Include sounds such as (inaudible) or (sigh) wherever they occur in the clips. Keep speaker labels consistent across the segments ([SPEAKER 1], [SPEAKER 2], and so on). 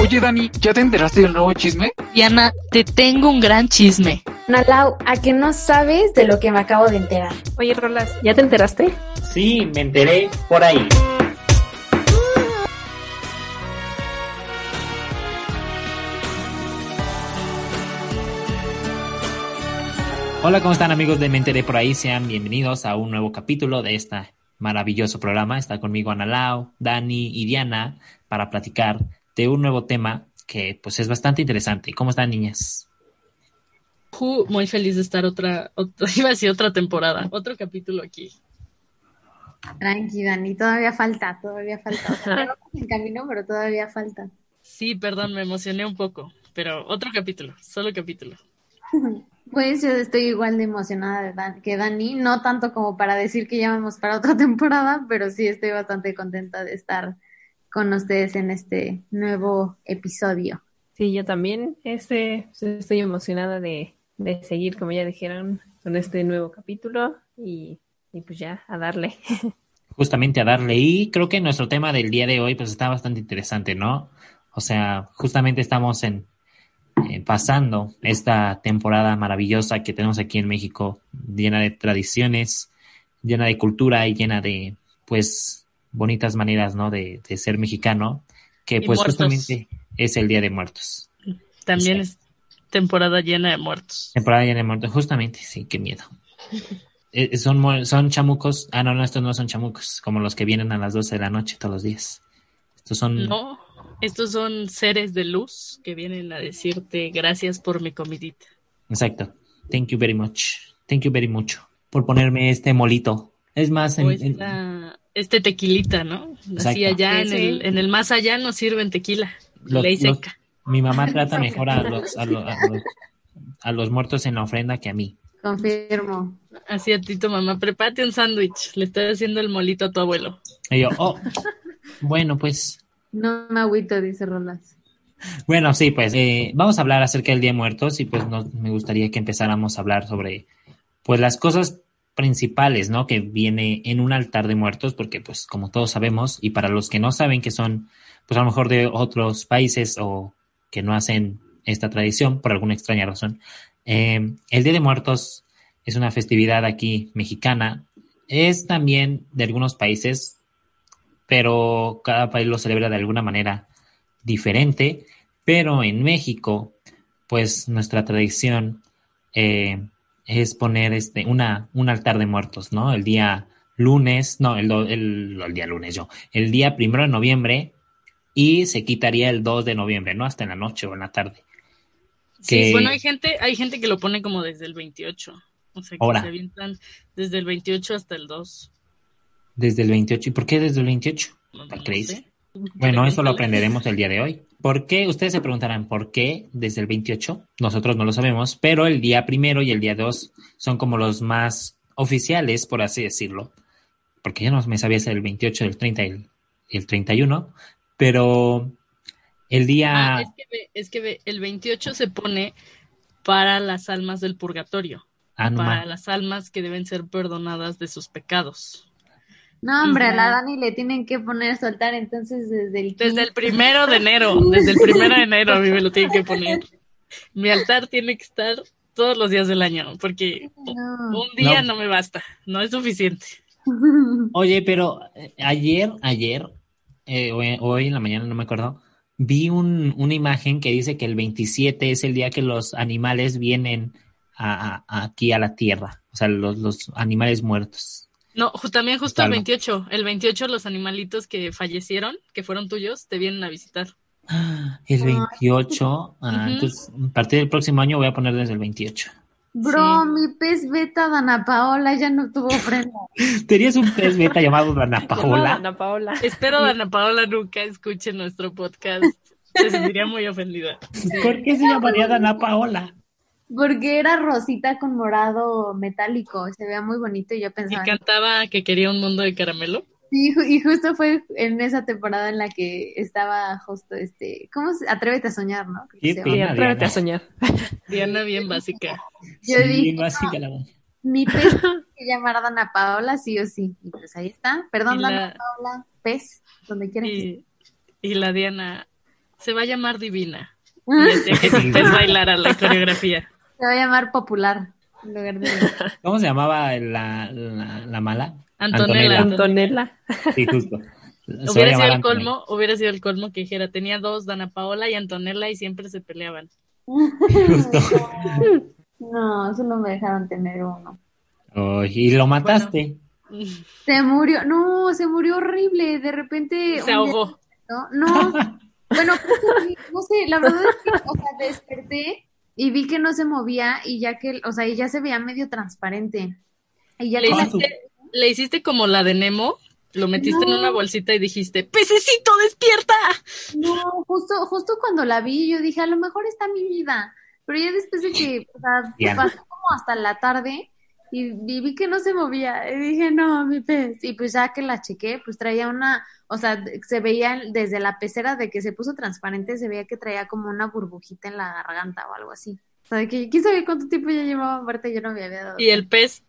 [SPEAKER 1] Oye, Dani, ¿ya te enteraste del nuevo chisme?
[SPEAKER 2] Diana, te tengo un gran chisme.
[SPEAKER 3] Nalau, ¿a que no sabes de lo que me acabo de enterar?
[SPEAKER 4] Oye, Rolas, ¿ya te enteraste?
[SPEAKER 5] Sí, me enteré por ahí. Hola, ¿cómo están amigos de Me enteré por ahí? Sean bienvenidos a un nuevo capítulo de este maravilloso programa. Está conmigo Analao, Dani y Diana para platicar de un nuevo tema que pues es bastante interesante. ¿Cómo están niñas?
[SPEAKER 2] Ju, muy feliz de estar otra, otra, (laughs) iba a decir otra temporada, otro capítulo aquí.
[SPEAKER 3] Tranqui, Dani, todavía falta, todavía falta.
[SPEAKER 2] (laughs)
[SPEAKER 3] O sea, tenemos en camino, pero todavía falta.
[SPEAKER 2] Sí, perdón, me emocioné un poco, pero otro capítulo, solo capítulo.
[SPEAKER 3] Pues yo estoy igual de emocionada de Dan- que Dani, no tanto como para decir que ya vamos para otra (laughs) temporada, pero sí estoy bastante contenta de estar con ustedes en este nuevo episodio.
[SPEAKER 4] Sí, yo también. Este, pues, estoy emocionada de, de seguir, como ya dijeron, con este nuevo capítulo y, y pues ya, a darle. (laughs)
[SPEAKER 5] Justamente a darle y creo que nuestro tema del día de hoy pues está bastante interesante, ¿no? O sea, justamente estamos en eh, pasando esta temporada maravillosa que tenemos aquí en México, llena de tradiciones, llena de cultura y llena de, pues, bonitas maneras, ¿no? De, de ser mexicano, que
[SPEAKER 2] Y
[SPEAKER 5] pues
[SPEAKER 2] muertos.
[SPEAKER 5] justamente es el Día de Muertos.
[SPEAKER 2] También
[SPEAKER 5] Sí.
[SPEAKER 2] es temporada llena de muertos.
[SPEAKER 5] Temporada llena de muertos, justamente, sí, qué miedo. Eh, son, mu- son chamucos, ah, no, no, estos no son chamucos, como los que vienen a las 12 de la noche todos los días. Estos son...
[SPEAKER 2] No, estos son seres de luz que vienen a decirte gracias por mi comidita.
[SPEAKER 5] Exacto. Thank you very much. Thank you very mucho por ponerme este molito. Es más, en-
[SPEAKER 2] O
[SPEAKER 5] en-
[SPEAKER 2] esta- este tequilita, ¿no? Así
[SPEAKER 5] Exacto.
[SPEAKER 2] allá
[SPEAKER 4] Sí,
[SPEAKER 2] en,
[SPEAKER 4] sí.
[SPEAKER 2] el, en el más allá nos sirven tequila.
[SPEAKER 5] Los-
[SPEAKER 2] ley
[SPEAKER 5] los-
[SPEAKER 2] seca.
[SPEAKER 5] mi mamá trata mejor a los, a, lo- a los, a los muertos en la ofrenda que a mí.
[SPEAKER 3] Confirmo.
[SPEAKER 2] Así a ti tu mamá, prepárate un sándwich. Le estoy haciendo el molito a tu abuelo.
[SPEAKER 5] Y yo, oh, bueno, pues,
[SPEAKER 3] No me agüito, dice Rolas.
[SPEAKER 5] bueno, sí, pues, eh, vamos a hablar acerca del Día de Muertos y pues nos, me gustaría que empezáramos a hablar sobre, pues, las cosas principales, ¿no? Que viene en un altar de muertos, porque pues, como todos sabemos, y para los que no saben que son, pues, a lo mejor de otros países o que no hacen esta tradición por alguna extraña razón, eh, el Día de Muertos es una festividad aquí mexicana, es también de algunos países, pero cada país lo celebra de alguna manera diferente, pero en México, pues nuestra tradición eh, es poner este una un altar de muertos, ¿no? El día lunes, no, el, do- el, el día lunes yo, el día primero de noviembre y se quitaría el 2 de noviembre, ¿no? Hasta en la noche o en la tarde.
[SPEAKER 2] Sí,
[SPEAKER 5] que-
[SPEAKER 2] bueno, hay gente, hay gente que lo pone como desde el 28. O sea, que
[SPEAKER 5] Ahora.
[SPEAKER 2] se avientan desde el 28 hasta el 2.
[SPEAKER 5] Desde el 28. ¿Y por qué desde el 28?
[SPEAKER 2] No,
[SPEAKER 5] ¿Está
[SPEAKER 2] no
[SPEAKER 5] crazy?
[SPEAKER 2] sé.
[SPEAKER 5] Bueno, eso lo
[SPEAKER 2] Pregúntale.
[SPEAKER 5] aprenderemos el día de hoy. ¿Por qué? Ustedes se preguntarán por qué desde el 28. Nosotros no lo sabemos, pero el día primero y el día 2 son como los más oficiales, por así decirlo. Porque yo no me sabía si era el 28, el 30 y el, el 31. Pero el día.
[SPEAKER 2] Ah, es que, ve- es que ve, el 28 se pone para las almas del purgatorio,
[SPEAKER 5] ah, no
[SPEAKER 2] para
[SPEAKER 5] ma-
[SPEAKER 2] las almas que deben ser perdonadas de sus pecados.
[SPEAKER 3] No, hombre, a la
[SPEAKER 2] Ujú.
[SPEAKER 3] Dani le tienen que poner soltar entonces desde el...
[SPEAKER 2] Desde el primero de enero, desde el primero de enero a mí me lo tienen que poner. Mi altar tiene que estar todos los días del año, porque (laughs)
[SPEAKER 3] No. (laughs)
[SPEAKER 2] un día no, me basta, no es suficiente.
[SPEAKER 5] Oye, pero eh, ayer, ayer, eh, hoy, hoy en la mañana, no me acuerdo, vi un, una imagen que dice que el 27 es el día que los animales vienen a, a- aquí a la tierra, o sea, los, los animales muertos.
[SPEAKER 2] No, ju- también justo el
[SPEAKER 5] Salva.
[SPEAKER 2] 28, el 28 los animalitos que fallecieron, que fueron tuyos, te vienen a visitar.
[SPEAKER 5] Ah, El 28, ah,
[SPEAKER 2] Ujú.
[SPEAKER 5] entonces a partir del próximo año voy a poner desde el 28.
[SPEAKER 3] Bro,
[SPEAKER 2] Sí.
[SPEAKER 3] mi pez beta, Dana Paola, ya no tuvo ofrenda.
[SPEAKER 5] Tenías un pez beta llamado Dana
[SPEAKER 4] Hola,
[SPEAKER 5] Paola.
[SPEAKER 4] Ana Paola.
[SPEAKER 2] Espero Dana Paola nunca escuche nuestro podcast. Se sentiría muy ofendida.
[SPEAKER 5] ¿Por qué se llamaría Dana Paola?
[SPEAKER 3] Porque era rosita con morado metálico, se veía muy bonito y yo
[SPEAKER 2] Y
[SPEAKER 3] pensaba,
[SPEAKER 2] cantaba que quería un mundo de caramelo.
[SPEAKER 3] sí, ju- y justo fue en esa temporada en la que estaba justo este, ¿cómo se? Atrévete a soñar, ¿no?
[SPEAKER 5] Qué
[SPEAKER 3] Creo que se llama.
[SPEAKER 4] Sí,
[SPEAKER 5] Diana,
[SPEAKER 4] atrévete
[SPEAKER 5] Diana.
[SPEAKER 4] a
[SPEAKER 5] (laughs)
[SPEAKER 4] soñar.
[SPEAKER 2] Diana bien básica.
[SPEAKER 3] Yo
[SPEAKER 5] Sí,
[SPEAKER 3] dije,
[SPEAKER 5] no, así que la voy.
[SPEAKER 2] (laughs)
[SPEAKER 3] mi pez tiene que llamar a Dana Paola, sí o sí. Y pues ahí está, perdón,
[SPEAKER 2] Y
[SPEAKER 3] Dana
[SPEAKER 2] la,
[SPEAKER 3] Paola, pez, donde quieras.
[SPEAKER 2] y- y la Diana, se va a llamar Divina. Y el día que tú estés bailar a la coreografía.
[SPEAKER 3] Se va a llamar popular. En lugar de...
[SPEAKER 2] (laughs)
[SPEAKER 5] ¿Cómo se llamaba la, la- la mala?
[SPEAKER 2] Antonella.
[SPEAKER 4] Antonella.
[SPEAKER 5] Sí, justo. Se va
[SPEAKER 2] Hubiera
[SPEAKER 5] a llamar
[SPEAKER 2] sido el
[SPEAKER 5] Antonella.
[SPEAKER 2] colmo, hubiera sido el colmo que dijera, tenía dos, Dana Paola y Antonella, y siempre se peleaban. (laughs)
[SPEAKER 5] Justo.
[SPEAKER 3] No, solo me dejaron tener uno.
[SPEAKER 5] Oh, y lo mataste.
[SPEAKER 3] Se murió, no, se murió horrible. De repente.
[SPEAKER 2] (laughs)
[SPEAKER 3] un
[SPEAKER 2] Se
[SPEAKER 3] día-
[SPEAKER 2] ahogó.
[SPEAKER 3] No, no. Bueno, pues, sí, no sé, la verdad es que, o sea, desperté y vi que no se movía y ya que, o sea, y ya se veía medio transparente. Y ya
[SPEAKER 2] Le
[SPEAKER 5] Ah,
[SPEAKER 3] que la-
[SPEAKER 2] hiciste, le hiciste como la de Nemo, lo metiste
[SPEAKER 3] No.
[SPEAKER 2] en una bolsita y dijiste, ¡Pececito, despierta!
[SPEAKER 3] no, justo, justo cuando la vi, yo dije, a lo mejor está mi vida. Pero ya después de que, o sea,
[SPEAKER 5] Diana.
[SPEAKER 3] pasó como hasta la tarde y, y vi que no se movía. Y dije, no, mi pez. Y pues ya que la chequé, pues traía una, o sea, se veía desde la pecera de que se puso transparente, se veía que traía como una burbujita en la garganta o algo así. O sea, de que quién sabe cuánto tiempo ya llevaba muerta y yo no me había dado.
[SPEAKER 2] Y el pez,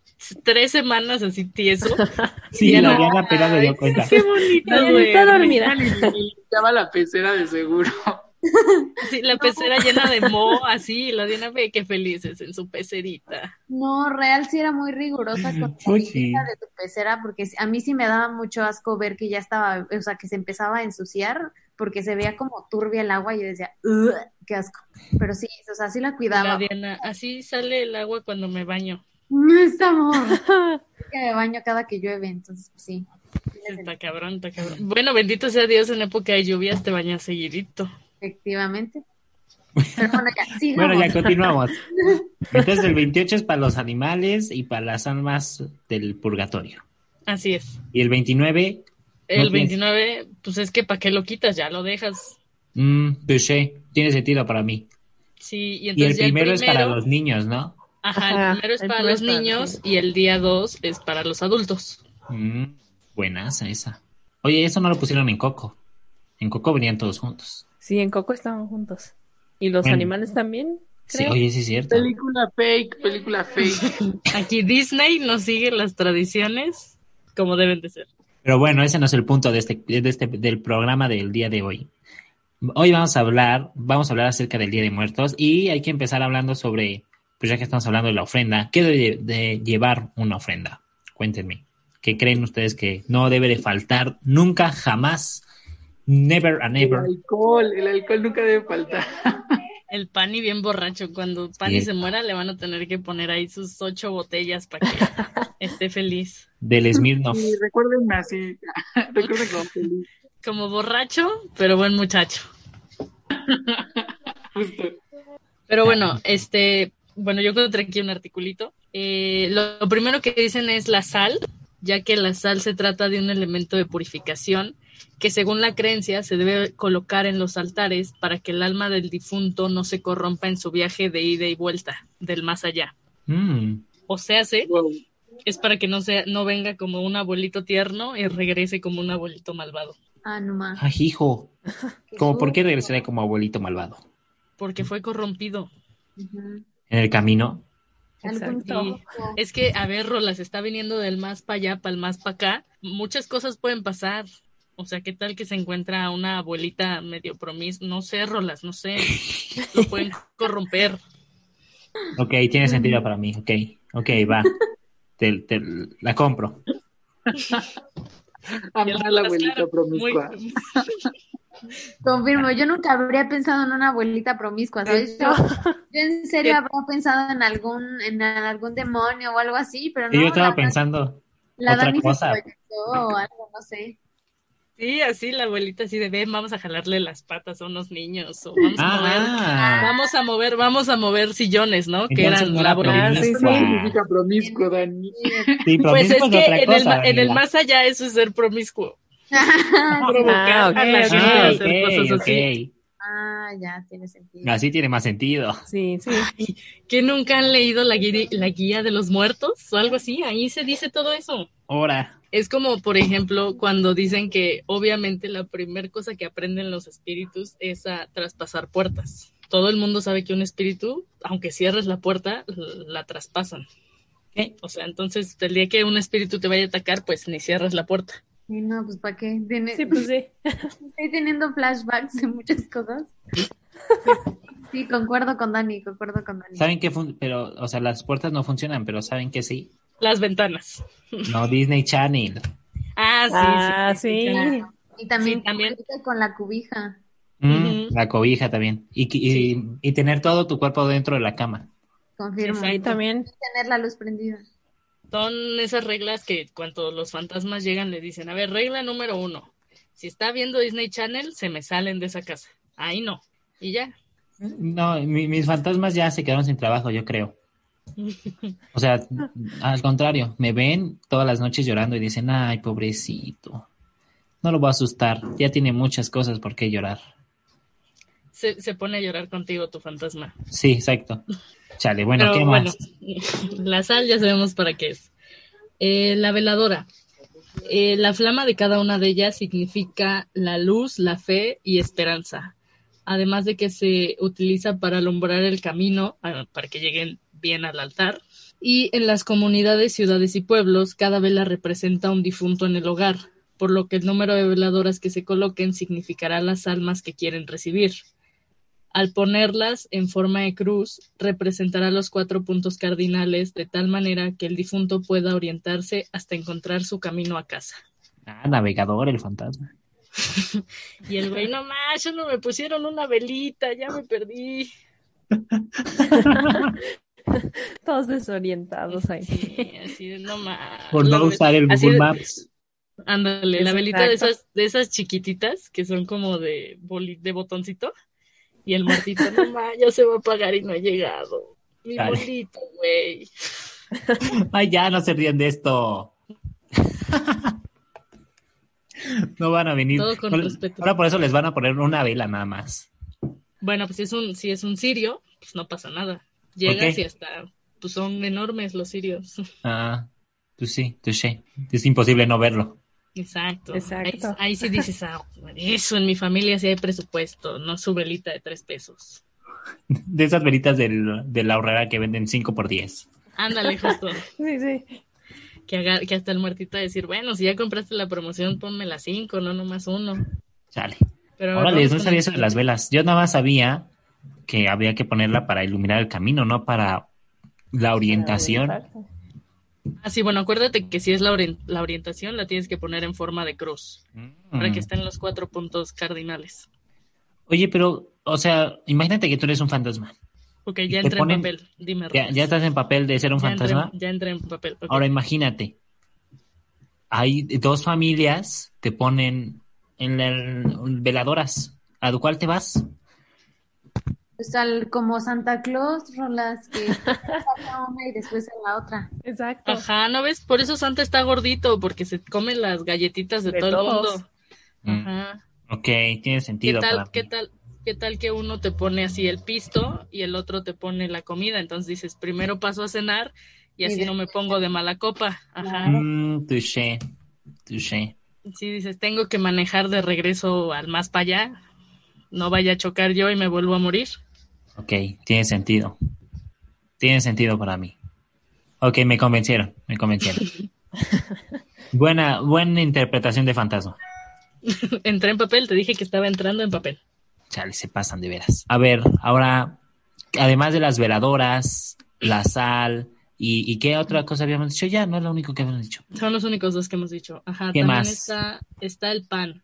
[SPEAKER 2] tres semanas así
[SPEAKER 3] (laughs)
[SPEAKER 2] tieso.
[SPEAKER 5] Sí,
[SPEAKER 2] Diana.
[SPEAKER 5] la Diana apenas se dio cuenta.
[SPEAKER 2] Qué bonito,
[SPEAKER 4] Diana
[SPEAKER 2] güey.
[SPEAKER 4] está dormida.
[SPEAKER 1] Estaba la pecera de seguro.
[SPEAKER 2] Sí, la pecera llena de moho, así, y la Diana ve que felices en su pecerita.
[SPEAKER 3] No, real sí era muy rigurosa con la
[SPEAKER 5] (laughs) Pues sí.
[SPEAKER 3] limpieza de tu pecera, porque a mí sí me daba mucho asco ver que ya estaba, o sea, que se empezaba a ensuciar, porque se veía como turbia el agua y yo decía, "Ugh, qué asco. Pero sí, o sea, sí la
[SPEAKER 2] La
[SPEAKER 3] cuidaba.
[SPEAKER 2] Diana, así sale el agua cuando me baño.
[SPEAKER 3] (laughs) No está amor. Es que me baño cada que llueve, entonces pues, sí.
[SPEAKER 2] Está cabrón, está cabrón. Bueno, bendito sea Dios, en época de lluvias te bañas seguidito.
[SPEAKER 5] (laughs)
[SPEAKER 3] Efectivamente. Pero bueno, ya, sigamos.
[SPEAKER 5] Bueno, ya
[SPEAKER 2] (laughs)
[SPEAKER 5] continuamos. Entonces el 28 es para los animales y para las almas del purgatorio.
[SPEAKER 2] Así es.
[SPEAKER 5] Y el 29,
[SPEAKER 2] El
[SPEAKER 5] No tienes-
[SPEAKER 2] 29, pues es que ¿para qué lo quitas? Ya lo dejas.
[SPEAKER 5] mmm, touché, tiene sentido para mí.
[SPEAKER 2] Sí, y
[SPEAKER 5] Y el
[SPEAKER 2] entonces ya
[SPEAKER 5] primero es para los niños, ¿no?
[SPEAKER 2] Ajá, el
[SPEAKER 4] Ajá,
[SPEAKER 2] primero es
[SPEAKER 4] el
[SPEAKER 2] para
[SPEAKER 4] primero
[SPEAKER 2] los
[SPEAKER 4] es para los
[SPEAKER 2] niños
[SPEAKER 4] niños.
[SPEAKER 2] y el día 2 es para los adultos.
[SPEAKER 5] Mm, buenaza esa. Oye, eso no lo pusieron en Coco. En Coco venían todos juntos.
[SPEAKER 4] Sí, en Coco estaban juntos. Y los
[SPEAKER 5] Bueno.
[SPEAKER 4] animales también.
[SPEAKER 5] Sí,
[SPEAKER 4] creo.
[SPEAKER 5] oye, sí es cierto.
[SPEAKER 1] Película fake, película fake.
[SPEAKER 2] Aquí Disney nos sigue las tradiciones como deben de ser.
[SPEAKER 5] Pero bueno, ese no es el punto de este, de este- del programa del día de hoy. Hoy vamos a hablar, vamos a hablar acerca del Día de Muertos y hay que empezar hablando sobre, pues ya que estamos hablando de la ofrenda, ¿qué debe de llevar una ofrenda? Cuéntenme, ¿qué creen ustedes que no debe de faltar nunca, jamás? Never and
[SPEAKER 1] El
[SPEAKER 5] ever.
[SPEAKER 1] alcohol, el alcohol nunca debe faltar.
[SPEAKER 2] El Pani bien borracho, cuando Pani
[SPEAKER 5] Sí.
[SPEAKER 2] se muera le van a tener que poner ahí sus ocho botellas para que
[SPEAKER 4] (laughs)
[SPEAKER 2] esté feliz.
[SPEAKER 5] Del Smirnoff.
[SPEAKER 1] Y recuerden así, (laughs) recuerden como feliz,
[SPEAKER 2] Como borracho, pero buen muchacho.
[SPEAKER 1] justo.
[SPEAKER 2] Pero bueno, este, bueno, yo encontré aquí un articulito. Eh, lo, lo primero que dicen es la sal, ya que la sal se trata de un elemento de purificación que según la creencia se debe colocar en los altares para que el alma del difunto no se corrompa en su viaje de ida y vuelta del más allá.
[SPEAKER 5] Mm,
[SPEAKER 2] O sea, hace
[SPEAKER 1] Wow.
[SPEAKER 2] es para que no sea, no venga como un abuelito tierno y regrese como un abuelito malvado,
[SPEAKER 3] Ah, no más.
[SPEAKER 5] Ay, hijo. Como, ¿Por qué
[SPEAKER 3] susto.
[SPEAKER 5] regresaré como abuelito malvado?
[SPEAKER 2] porque fue corrompido.
[SPEAKER 3] Ujú.
[SPEAKER 5] En el camino.
[SPEAKER 3] Algún
[SPEAKER 4] Exacto.
[SPEAKER 3] truco.
[SPEAKER 2] Es que, a ver, Rolas, está viniendo del más para allá, para el más para acá. Muchas cosas pueden pasar. O sea, ¿qué tal que se encuentra a una abuelita medio promis? No sé, Rolas, no
[SPEAKER 4] (laughs)
[SPEAKER 2] sé. Lo pueden corromper.
[SPEAKER 5] Ok, tiene sentido para mí. Ok, ok, va. Te- te- la compro.
[SPEAKER 1] Amar a la abuelita
[SPEAKER 2] Claro,
[SPEAKER 1] promiscua.
[SPEAKER 2] muy-
[SPEAKER 3] Confirmo, yo nunca habría pensado en una abuelita promiscua, ¿sabes? Yo, yo en
[SPEAKER 5] Eh,
[SPEAKER 3] serio habría pensado en algún, en algún demonio o algo así, pero no.
[SPEAKER 5] yo estaba
[SPEAKER 3] la-
[SPEAKER 5] pensando,
[SPEAKER 3] La
[SPEAKER 5] otra
[SPEAKER 3] Dani se
[SPEAKER 5] cosa.
[SPEAKER 3] proyectó o algo, no sé.
[SPEAKER 2] Sí, así la abuelita, así de ven, vamos a jalarle las patas a unos niños. O vamos, a mover,
[SPEAKER 5] ah,
[SPEAKER 2] vamos a mover, vamos a mover sillones, ¿no? Que
[SPEAKER 5] Entonces
[SPEAKER 2] eran
[SPEAKER 5] no
[SPEAKER 2] la
[SPEAKER 5] era
[SPEAKER 2] abuelita.
[SPEAKER 4] Ah, sí, sí.
[SPEAKER 5] promiscua.
[SPEAKER 1] Significa promiscuo, Dani.
[SPEAKER 5] Sí, pero
[SPEAKER 2] (laughs) Pues es
[SPEAKER 5] mismo
[SPEAKER 2] que
[SPEAKER 5] otra
[SPEAKER 2] en el,
[SPEAKER 5] cosa,
[SPEAKER 2] ma- en el
[SPEAKER 5] Daniela.
[SPEAKER 2] más allá eso es ser promiscuo.
[SPEAKER 4] (laughs) Ah,
[SPEAKER 2] Provocar
[SPEAKER 4] ok,
[SPEAKER 2] a la gente
[SPEAKER 5] Ah,
[SPEAKER 2] a
[SPEAKER 5] ok,
[SPEAKER 2] hacer cosas así.
[SPEAKER 5] ok.
[SPEAKER 3] Ah, ya, tiene sentido.
[SPEAKER 5] Así tiene más sentido.
[SPEAKER 4] Sí, sí.
[SPEAKER 2] que nunca han leído la guía, la guía de los muertos o algo así. Ahí se dice todo eso.
[SPEAKER 5] Ahora,
[SPEAKER 2] Es como, por ejemplo, cuando dicen que obviamente la primera cosa que aprenden los espíritus es a traspasar puertas. Todo el mundo sabe que un espíritu, aunque cierres la puerta, l- la traspasan.
[SPEAKER 5] ¿Qué?
[SPEAKER 2] O sea, entonces el día que un espíritu te vaya a atacar, pues ni cierras la puerta.
[SPEAKER 3] Y no, pues ¿para qué? Tiene-
[SPEAKER 4] Sí, (laughs) pues sí.
[SPEAKER 3] Estoy teniendo flashbacks de muchas
[SPEAKER 5] (laughs)
[SPEAKER 3] cosas. Sí, concuerdo con Dani, concuerdo con Dani.
[SPEAKER 5] Saben que, fun- pero, o sea, las puertas no funcionan, pero saben que sí.
[SPEAKER 2] Las ventanas. (laughs)
[SPEAKER 5] No, Disney Channel.
[SPEAKER 2] Ah, sí.
[SPEAKER 4] Ah, sí.
[SPEAKER 2] claro.
[SPEAKER 3] Y también,
[SPEAKER 2] Sí, también.
[SPEAKER 3] cubrirte con la cubija.
[SPEAKER 5] Mm,
[SPEAKER 2] Ujú.
[SPEAKER 5] La cobija también. Y, qui- y- y tener todo tu cuerpo dentro de la cama.
[SPEAKER 3] Confirmo.
[SPEAKER 2] Exacto.
[SPEAKER 4] Ahí también.
[SPEAKER 3] Tener la luz prendida.
[SPEAKER 2] Son esas reglas que cuando los fantasmas llegan le dicen, a ver, regla número uno. Si está viendo Disney Channel, se me salen de esa casa. Ahí no. Y ya.
[SPEAKER 5] No, mi- mis fantasmas ya se quedaron sin trabajo,
[SPEAKER 2] (laughs)
[SPEAKER 5] yo creo. O sea, al contrario, me ven todas las noches llorando y dicen, ay, pobrecito. No lo voy a asustar. Ya tiene muchas cosas por qué llorar.
[SPEAKER 2] Se, se pone a llorar contigo tu fantasma.
[SPEAKER 5] Sí, exacto. Chale, bueno,
[SPEAKER 2] Pero
[SPEAKER 5] ¿qué
[SPEAKER 2] bueno,
[SPEAKER 5] más?
[SPEAKER 2] (laughs) la sal ya sabemos para qué es. Eh, la veladora. Eh, la flama de cada una de ellas significa la luz, la fe y esperanza. Además de que se utiliza para alumbrar el camino, ah, para que lleguen bien al altar. Y en las comunidades, ciudades y pueblos, cada vela representa un difunto en el hogar, por lo que el número de veladoras que se coloquen significará las almas que quieren recibir. Al ponerlas en forma de cruz, representará los cuatro puntos cardinales de tal manera que el difunto pueda orientarse hasta encontrar su camino a casa.
[SPEAKER 5] Ah, navegador, el fantasma.
[SPEAKER 2] Y el güey, no más, ya no me pusieron una velita, ya me perdí.
[SPEAKER 4] Todos desorientados ahí.
[SPEAKER 2] Sí, así de, no más.
[SPEAKER 5] Por no
[SPEAKER 2] La-
[SPEAKER 5] usar el
[SPEAKER 2] así
[SPEAKER 5] Google
[SPEAKER 2] de-
[SPEAKER 5] Maps.
[SPEAKER 2] Ándale, la
[SPEAKER 4] Es
[SPEAKER 2] velita de
[SPEAKER 4] exacto.
[SPEAKER 2] esas, de esas chiquititas que son como de, boli- de botoncito. Y el muertito, no más, ya se va a apagar y no ha llegado. Mi
[SPEAKER 5] Chale.
[SPEAKER 2] bolita, güey.
[SPEAKER 5] Ay, ya no se rían
[SPEAKER 2] (laughs)
[SPEAKER 5] de esto. no van a venir.
[SPEAKER 2] Todo con
[SPEAKER 5] No-
[SPEAKER 2] respeto.
[SPEAKER 5] Ahora por eso les van a poner una vela nada más.
[SPEAKER 2] Bueno, pues si es un, si es un sirio, pues no pasa nada. Llegas
[SPEAKER 5] Ok.
[SPEAKER 2] y hasta, pues son enormes los sirios. (laughs)
[SPEAKER 5] Ah, pues sí, touché. Es imposible no verlo. (laughs)
[SPEAKER 2] Exacto.
[SPEAKER 4] Exacto.
[SPEAKER 2] Ahí, ahí sí dices, ah, eso en mi familia sí hay presupuesto, no su velita de tres pesos.
[SPEAKER 5] De esas velitas del, de la horrera que venden 5 por 10.
[SPEAKER 2] Ándale, justo.
[SPEAKER 4] Sí, sí.
[SPEAKER 2] que, haga- que hasta el muertito decir, bueno, si ya compraste la promoción, ponme las cinco, no nomás uno.
[SPEAKER 5] Chale.
[SPEAKER 2] Pero
[SPEAKER 5] Órale,
[SPEAKER 2] vamos
[SPEAKER 5] no
[SPEAKER 2] con
[SPEAKER 5] sabía
[SPEAKER 2] el
[SPEAKER 5] eso de las
[SPEAKER 2] siguiente.
[SPEAKER 5] velas. Yo nada más sabía que había que ponerla para iluminar el camino, no para la orientación.
[SPEAKER 2] Ah, sí, bueno, acuérdate que si es la, orien- la orientación, la tienes que poner en forma de cruz, para que
[SPEAKER 5] Mm.
[SPEAKER 2] estén los cuatro puntos cardinales.
[SPEAKER 5] Oye, pero, o sea, imagínate que tú eres un fantasma.
[SPEAKER 2] Ok,
[SPEAKER 5] Y
[SPEAKER 2] ya
[SPEAKER 5] te
[SPEAKER 2] entra
[SPEAKER 5] ponen-
[SPEAKER 2] en papel, dime.
[SPEAKER 5] Ya,
[SPEAKER 2] Rob.
[SPEAKER 5] ya estás en papel de ser un
[SPEAKER 2] Ya entré en-
[SPEAKER 5] fantasma.
[SPEAKER 2] ya entré en papel. ok.
[SPEAKER 5] Ahora imagínate, hay dos familias te ponen en la- en veladoras. ¿A lo cual te vas?
[SPEAKER 3] Pues al, como Santa Claus, rolas que
[SPEAKER 5] (laughs)
[SPEAKER 3] saca una y después en la otra.
[SPEAKER 4] Exacto.
[SPEAKER 2] Ajá, ¿no ves? Por eso Santa está gordito, porque se come las galletitas de,
[SPEAKER 4] De
[SPEAKER 2] todo
[SPEAKER 4] todos.
[SPEAKER 2] el mundo. Ajá.
[SPEAKER 5] Ok, tiene
[SPEAKER 2] ¿Qué
[SPEAKER 5] sentido. Mm. para
[SPEAKER 2] tal,
[SPEAKER 5] mí.
[SPEAKER 2] qué tal, qué tal que uno te pone así el pisto y el otro te pone la comida? Entonces dices, primero paso a cenar y así
[SPEAKER 3] Mira.
[SPEAKER 2] no me pongo de mala copa. Ajá.
[SPEAKER 5] Mm, touché, touché.
[SPEAKER 2] Si dices, tengo que manejar de regreso al más para allá, no vaya a chocar yo y me vuelvo a morir. (laughs)
[SPEAKER 5] Ok, tiene sentido. Tiene sentido para mí. Ok, me convencieron,
[SPEAKER 2] (laughs)
[SPEAKER 5] me convencieron. buena, buena interpretación de fantasma.
[SPEAKER 2] Entré en papel, te dije que estaba entrando en papel.
[SPEAKER 5] Chale, se pasan de veras. A ver, ahora, además de las veladoras, la sal, y, y qué otra cosa habíamos dicho ya, no es lo único que habíamos dicho.
[SPEAKER 2] Son los únicos dos que hemos dicho. Ajá,
[SPEAKER 5] ¿Qué
[SPEAKER 2] también
[SPEAKER 5] más?
[SPEAKER 2] Está, está el pan.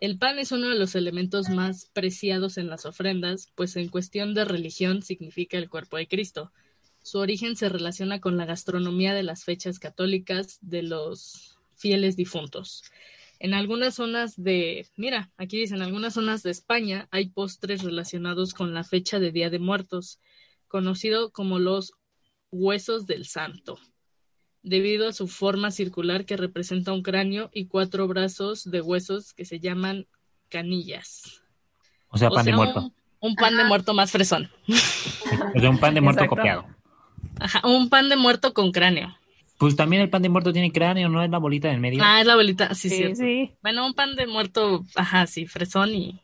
[SPEAKER 2] El pan es uno de los elementos más preciados en las ofrendas, pues en cuestión de religión significa el cuerpo de Cristo. Su origen se relaciona con la gastronomía de las fechas católicas de los fieles difuntos. En algunas zonas de, mira, aquí dicen, en algunas zonas de España hay postres relacionados con la fecha de Día de Muertos, conocido como los huesos del santo debido a su forma circular que representa un cráneo y cuatro brazos de huesos que se llaman canillas.
[SPEAKER 5] O sea,
[SPEAKER 2] O
[SPEAKER 5] pan
[SPEAKER 2] sea,
[SPEAKER 5] de muerto.
[SPEAKER 2] Un, un pan de muerto más fresón.
[SPEAKER 5] O sea, un pan de muerto
[SPEAKER 4] Exacto.
[SPEAKER 5] copiado.
[SPEAKER 2] Ajá, un pan de muerto con cráneo.
[SPEAKER 5] Pues también el pan de muerto tiene cráneo, no es la bolita del medio.
[SPEAKER 2] Ah, es la abuelita, sí,
[SPEAKER 4] Sí,
[SPEAKER 2] cierto.
[SPEAKER 4] sí.
[SPEAKER 2] Bueno, un pan de muerto, ajá, sí, fresón y, y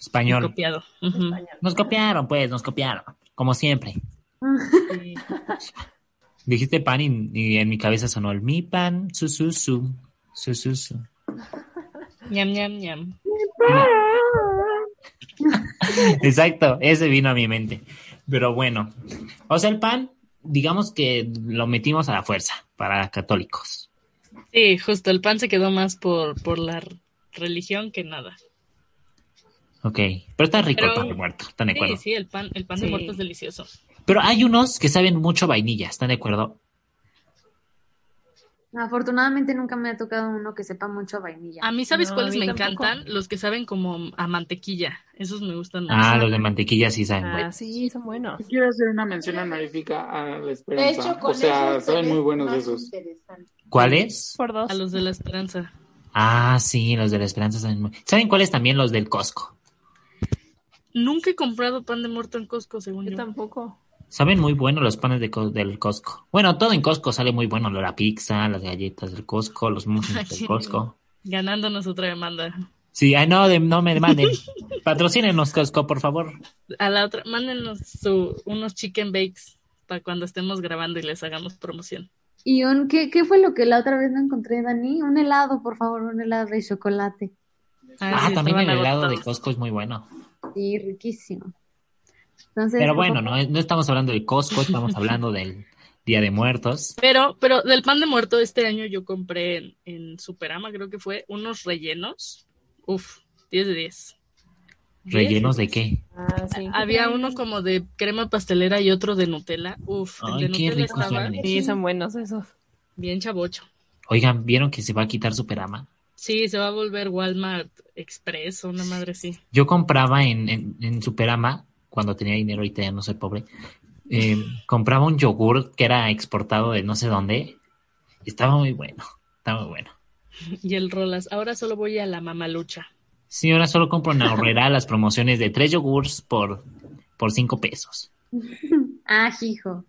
[SPEAKER 5] Español.
[SPEAKER 2] copiado. Ujú.
[SPEAKER 5] Nos copiaron, pues, nos copiaron. Como siempre.
[SPEAKER 2] Sí.
[SPEAKER 5] (laughs) Dijiste pan y, y en mi cabeza sonó el mi pan, su, su, su, su, su, su.
[SPEAKER 2] (laughs) ñam, ñam, ñam.
[SPEAKER 5] Exacto, ese vino a mi mente. Pero bueno, o sea, el pan, digamos que lo metimos a la fuerza para católicos.
[SPEAKER 2] Sí, justo, el pan se quedó más por, por la r- religión que nada.
[SPEAKER 5] Ok, pero está rico
[SPEAKER 2] Pero-
[SPEAKER 5] el pan de muerto, ¿están de
[SPEAKER 2] Sí,
[SPEAKER 5] acuerdo?
[SPEAKER 2] sí, el pan, el pan de
[SPEAKER 4] Sí.
[SPEAKER 2] muerto es delicioso.
[SPEAKER 5] Pero hay unos que saben mucho vainilla, ¿están de acuerdo?
[SPEAKER 3] Afortunadamente nunca me ha tocado uno que sepa mucho a vainilla.
[SPEAKER 2] A mí, ¿sabes
[SPEAKER 4] No, a
[SPEAKER 2] cuáles
[SPEAKER 4] mí
[SPEAKER 2] me
[SPEAKER 4] tampoco.
[SPEAKER 2] encantan? Los que saben como a mantequilla. Esos me gustan mucho.
[SPEAKER 5] Ah, los de mantequilla sí saben. bueno.
[SPEAKER 4] Ah, sí, son buenos.
[SPEAKER 1] Yo quiero hacer una mención honorífica a la
[SPEAKER 6] De
[SPEAKER 1] esperanza.
[SPEAKER 6] hecho, con
[SPEAKER 1] o sea,
[SPEAKER 6] esos
[SPEAKER 1] saben
[SPEAKER 6] tenés
[SPEAKER 1] muy buenos
[SPEAKER 6] más
[SPEAKER 1] esos.
[SPEAKER 6] interesante.
[SPEAKER 5] ¿Cuáles?
[SPEAKER 4] Por dos.
[SPEAKER 2] A los de la esperanza.
[SPEAKER 5] Ah, sí, los de la esperanza saben muy... ¿Saben cuáles también? Los del Costco.
[SPEAKER 2] Nunca he comprado pan de muerto en Costco, según
[SPEAKER 4] Yo
[SPEAKER 2] yo.
[SPEAKER 4] tampoco.
[SPEAKER 5] Saben muy bueno los panes de co- del Costco. Bueno, todo en Costco sale muy bueno. La pizza, las galletas del Costco, los muffins
[SPEAKER 2] Ay,
[SPEAKER 5] del Costco.
[SPEAKER 2] Ganándonos otra demanda.
[SPEAKER 5] Sí, ay, no, de- no me demanden. Patrocínenos, Costco, por favor.
[SPEAKER 2] A la otra, mándenos su- unos chicken bakes para cuando estemos grabando y les hagamos promoción.
[SPEAKER 3] ¿Y un qué, qué fue lo que la otra vez no encontré, Dani? Un helado, por favor, un helado de chocolate.
[SPEAKER 5] Ah,
[SPEAKER 2] sí,
[SPEAKER 5] también el
[SPEAKER 2] estaban
[SPEAKER 5] helado de
[SPEAKER 2] agotados.
[SPEAKER 5] Costco es muy bueno.
[SPEAKER 3] Sí, riquísimo. Entonces,
[SPEAKER 5] Pero bueno, no, eh, no estamos hablando del Costco, estamos hablando del Día
[SPEAKER 2] (laughs)
[SPEAKER 5] de Muertos.
[SPEAKER 2] Pero, pero del pan de muerto este año yo compré en, en Superama, creo que fue, unos rellenos. Uf, 10 de 10.
[SPEAKER 5] ¿Rellenos de qué?
[SPEAKER 4] Ah, sí.
[SPEAKER 2] Había uno como de crema pastelera y otro de Nutella. Uf, el
[SPEAKER 5] Ay,
[SPEAKER 2] de
[SPEAKER 5] qué
[SPEAKER 2] Nutella
[SPEAKER 5] ricos
[SPEAKER 2] estaba
[SPEAKER 5] suenan.
[SPEAKER 4] Sí, son buenos esos.
[SPEAKER 2] bien chabocho.
[SPEAKER 5] Oigan, ¿vieron que se va a quitar Superama?
[SPEAKER 2] Sí, se va a volver Walmart Express o una madre así.
[SPEAKER 5] Yo compraba en, en, en Superama, cuando tenía dinero, ahorita ya no soy pobre, eh, compraba un yogur que era exportado de no sé dónde. y Estaba muy bueno, estaba muy bueno.
[SPEAKER 2] Y el Rolas. Ahora solo voy a la mamalucha.
[SPEAKER 5] Sí, ahora solo compro
[SPEAKER 2] (laughs)
[SPEAKER 5] en ahorrera las promociones de tres yogurts por, por cinco pesos.
[SPEAKER 3] Ah,
[SPEAKER 5] (laughs)
[SPEAKER 3] hijo.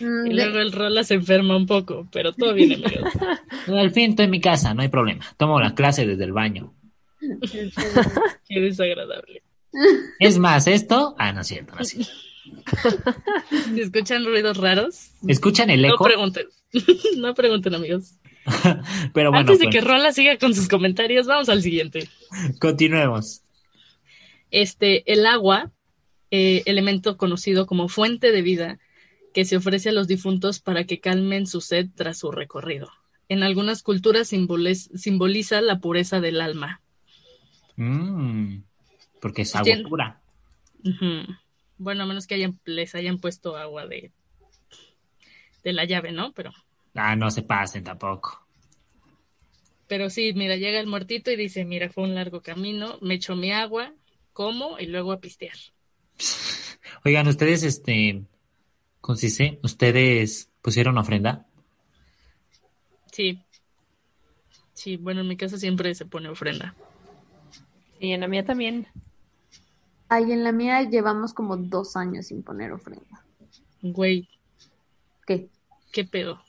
[SPEAKER 3] Mm,
[SPEAKER 2] Y
[SPEAKER 3] de-
[SPEAKER 2] luego el Rolas se enferma un poco, pero todo bien, amigos.
[SPEAKER 5] Al fin estoy en mi casa, no hay problema. Tomo la clase desde el baño.
[SPEAKER 2] Qué desagradable.
[SPEAKER 5] Es más, esto... Ah, no es cierto, no es cierto.
[SPEAKER 2] Si escuchan ruidos raros,
[SPEAKER 5] Escuchan el
[SPEAKER 2] no
[SPEAKER 5] eco,
[SPEAKER 2] pregunten. (laughs) no pregunten, amigos.
[SPEAKER 5] pero bueno,
[SPEAKER 2] Antes de que
[SPEAKER 5] pues,
[SPEAKER 2] Rolas siga con sus comentarios, vamos al siguiente.
[SPEAKER 5] continuemos.
[SPEAKER 2] Este, el agua, eh, elemento conocido como fuente de vida, que se ofrece a los difuntos para que calmen su sed tras su recorrido. En algunas culturas simboliz- simboliza la pureza del alma.
[SPEAKER 5] Mm, porque es agua
[SPEAKER 2] Tiene-
[SPEAKER 5] pura.
[SPEAKER 2] Ujú. Bueno, a menos que hayan, les hayan puesto agua de, de la llave, ¿no? Pero,
[SPEAKER 5] Ah, no se pasen tampoco.
[SPEAKER 2] pero sí, mira, llega el muertito y dice, mira, fue un largo camino, me echo mi agua, como y luego a pistear.
[SPEAKER 5] Oigan, ustedes, este, ¿cómo se dice? ¿Ustedes pusieron ofrenda?
[SPEAKER 2] Sí. Sí, bueno, en mi casa siempre se pone ofrenda.
[SPEAKER 4] Y en la mía también.
[SPEAKER 3] Ay, en la mía llevamos como dos años sin poner ofrenda.
[SPEAKER 2] Güey,
[SPEAKER 3] ¿Qué?
[SPEAKER 2] ¿qué pedo?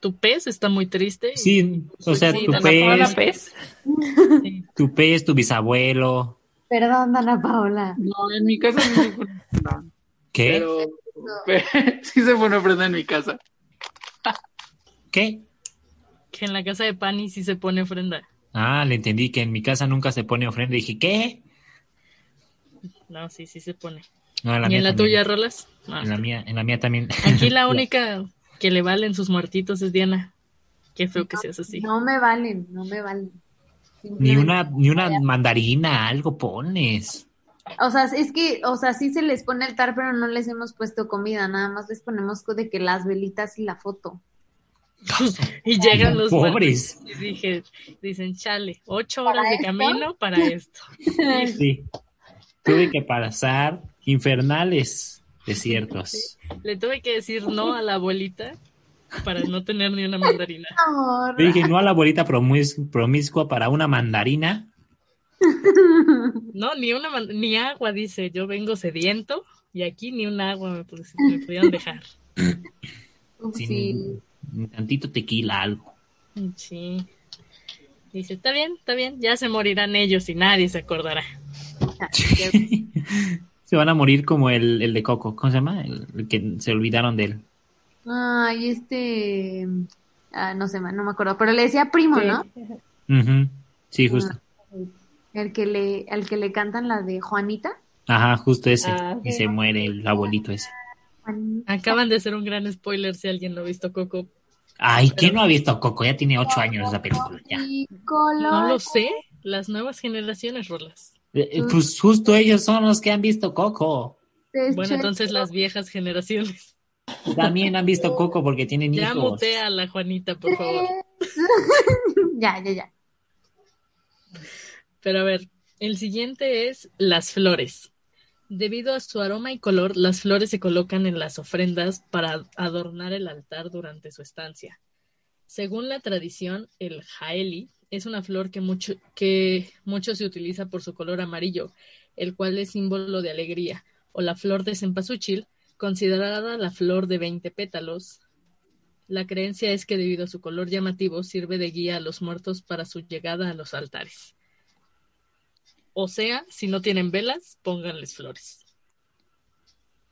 [SPEAKER 2] Tu pez está muy triste. y-
[SPEAKER 5] Sí, o sea,
[SPEAKER 2] Sí,
[SPEAKER 5] tu
[SPEAKER 2] tan afamada,
[SPEAKER 5] pez,
[SPEAKER 2] pero-
[SPEAKER 4] pez?
[SPEAKER 2] sí.
[SPEAKER 5] tu pez, tu bisabuelo,
[SPEAKER 3] Perdón, Dana Paola.
[SPEAKER 1] No, en mi casa no se pone ofrenda,
[SPEAKER 5] ¿qué?
[SPEAKER 1] Pero, (laughs) sí se pone ofrenda en mi casa.
[SPEAKER 5] ¿Qué?
[SPEAKER 2] Que en la casa de Pani sí se pone ofrenda.
[SPEAKER 5] Ah, le entendí que en mi casa nunca se pone ofrenda. Dije, ¿qué?
[SPEAKER 2] No, sí, sí se pone.
[SPEAKER 5] No,
[SPEAKER 2] ¿Y
[SPEAKER 5] mía
[SPEAKER 2] en la
[SPEAKER 5] también.
[SPEAKER 2] tuya, Ah, Rolas? No.
[SPEAKER 5] En la mía, en la mía también.
[SPEAKER 2] Aquí la única que le valen sus muertitos es Diana. Qué feo que seas así.
[SPEAKER 3] No me valen, no me valen.
[SPEAKER 5] Ni
[SPEAKER 3] Simplemente-
[SPEAKER 5] una, (laughs) ni una mandarina, algo pones.
[SPEAKER 3] O sea, es que, o sea, sí se les pone altar, pero no les hemos puesto comida, nada más les ponemos de que las velitas y la foto.
[SPEAKER 2] Y llegan los
[SPEAKER 5] Pobres.
[SPEAKER 2] muertos Y dije, dicen, chale, ocho horas de camino para esto.
[SPEAKER 5] Sí. Tuve que pasar infernales desiertos.
[SPEAKER 2] Le tuve que decir no a la abuelita para no tener ni una mandarina.
[SPEAKER 3] Amor.
[SPEAKER 5] Le dije, no a la abuelita promis- promiscua para una mandarina.
[SPEAKER 2] No, ni una man- ni agua, dice. Yo vengo sediento y aquí ni un agua me, pus- me pudieron dejar.
[SPEAKER 5] sin
[SPEAKER 3] Sí.
[SPEAKER 5] tantito tequila, algo.
[SPEAKER 2] Sí. Dice, está bien, está bien, ya se morirán ellos y nadie se acordará.
[SPEAKER 5] (laughs) Se van a morir como el, el de Coco, ¿cómo se llama? El, el que se olvidaron de él.
[SPEAKER 3] Ay, este. Ah, no sé, no me acuerdo, pero le decía primo, ¿no?
[SPEAKER 5] Ujú, Ujú. Sí, justo.
[SPEAKER 3] El que le, al que le cantan la de Juanita.
[SPEAKER 5] Ajá, justo ese.
[SPEAKER 4] Ah,
[SPEAKER 5] y se muere el abuelito ese.
[SPEAKER 3] Juanita.
[SPEAKER 2] Acaban de hacer un gran spoiler si alguien lo ha visto, Coco.
[SPEAKER 5] Ay, ¿quién no ha visto Coco? Ya tiene ocho años esa película, ya.
[SPEAKER 3] Y
[SPEAKER 2] No lo
[SPEAKER 3] color.
[SPEAKER 2] sé. Las nuevas generaciones, Rolas.
[SPEAKER 5] Eh, eh, Pues justo ellos son los que han visto Coco.
[SPEAKER 3] de
[SPEAKER 2] Bueno,
[SPEAKER 3] Cher-
[SPEAKER 2] entonces las viejas generaciones.
[SPEAKER 5] También han visto Coco porque tienen
[SPEAKER 2] Ya
[SPEAKER 5] hijos.
[SPEAKER 2] mutea a la Juanita, por favor.
[SPEAKER 3] (laughs) ya, ya, ya.
[SPEAKER 2] Pero a ver, el siguiente es las flores. Debido a su aroma y color, las flores se colocan en las ofrendas para adornar el altar durante su estancia. Según la tradición, el jaeli es una flor que mucho, que mucho se utiliza por su color amarillo, el cual es símbolo de alegría, o la flor de cempasúchil, considerada la flor de 20 pétalos. La creencia es que debido a su color llamativo sirve de guía a los muertos para su llegada a los altares. O sea, si no tienen velas, pónganles flores.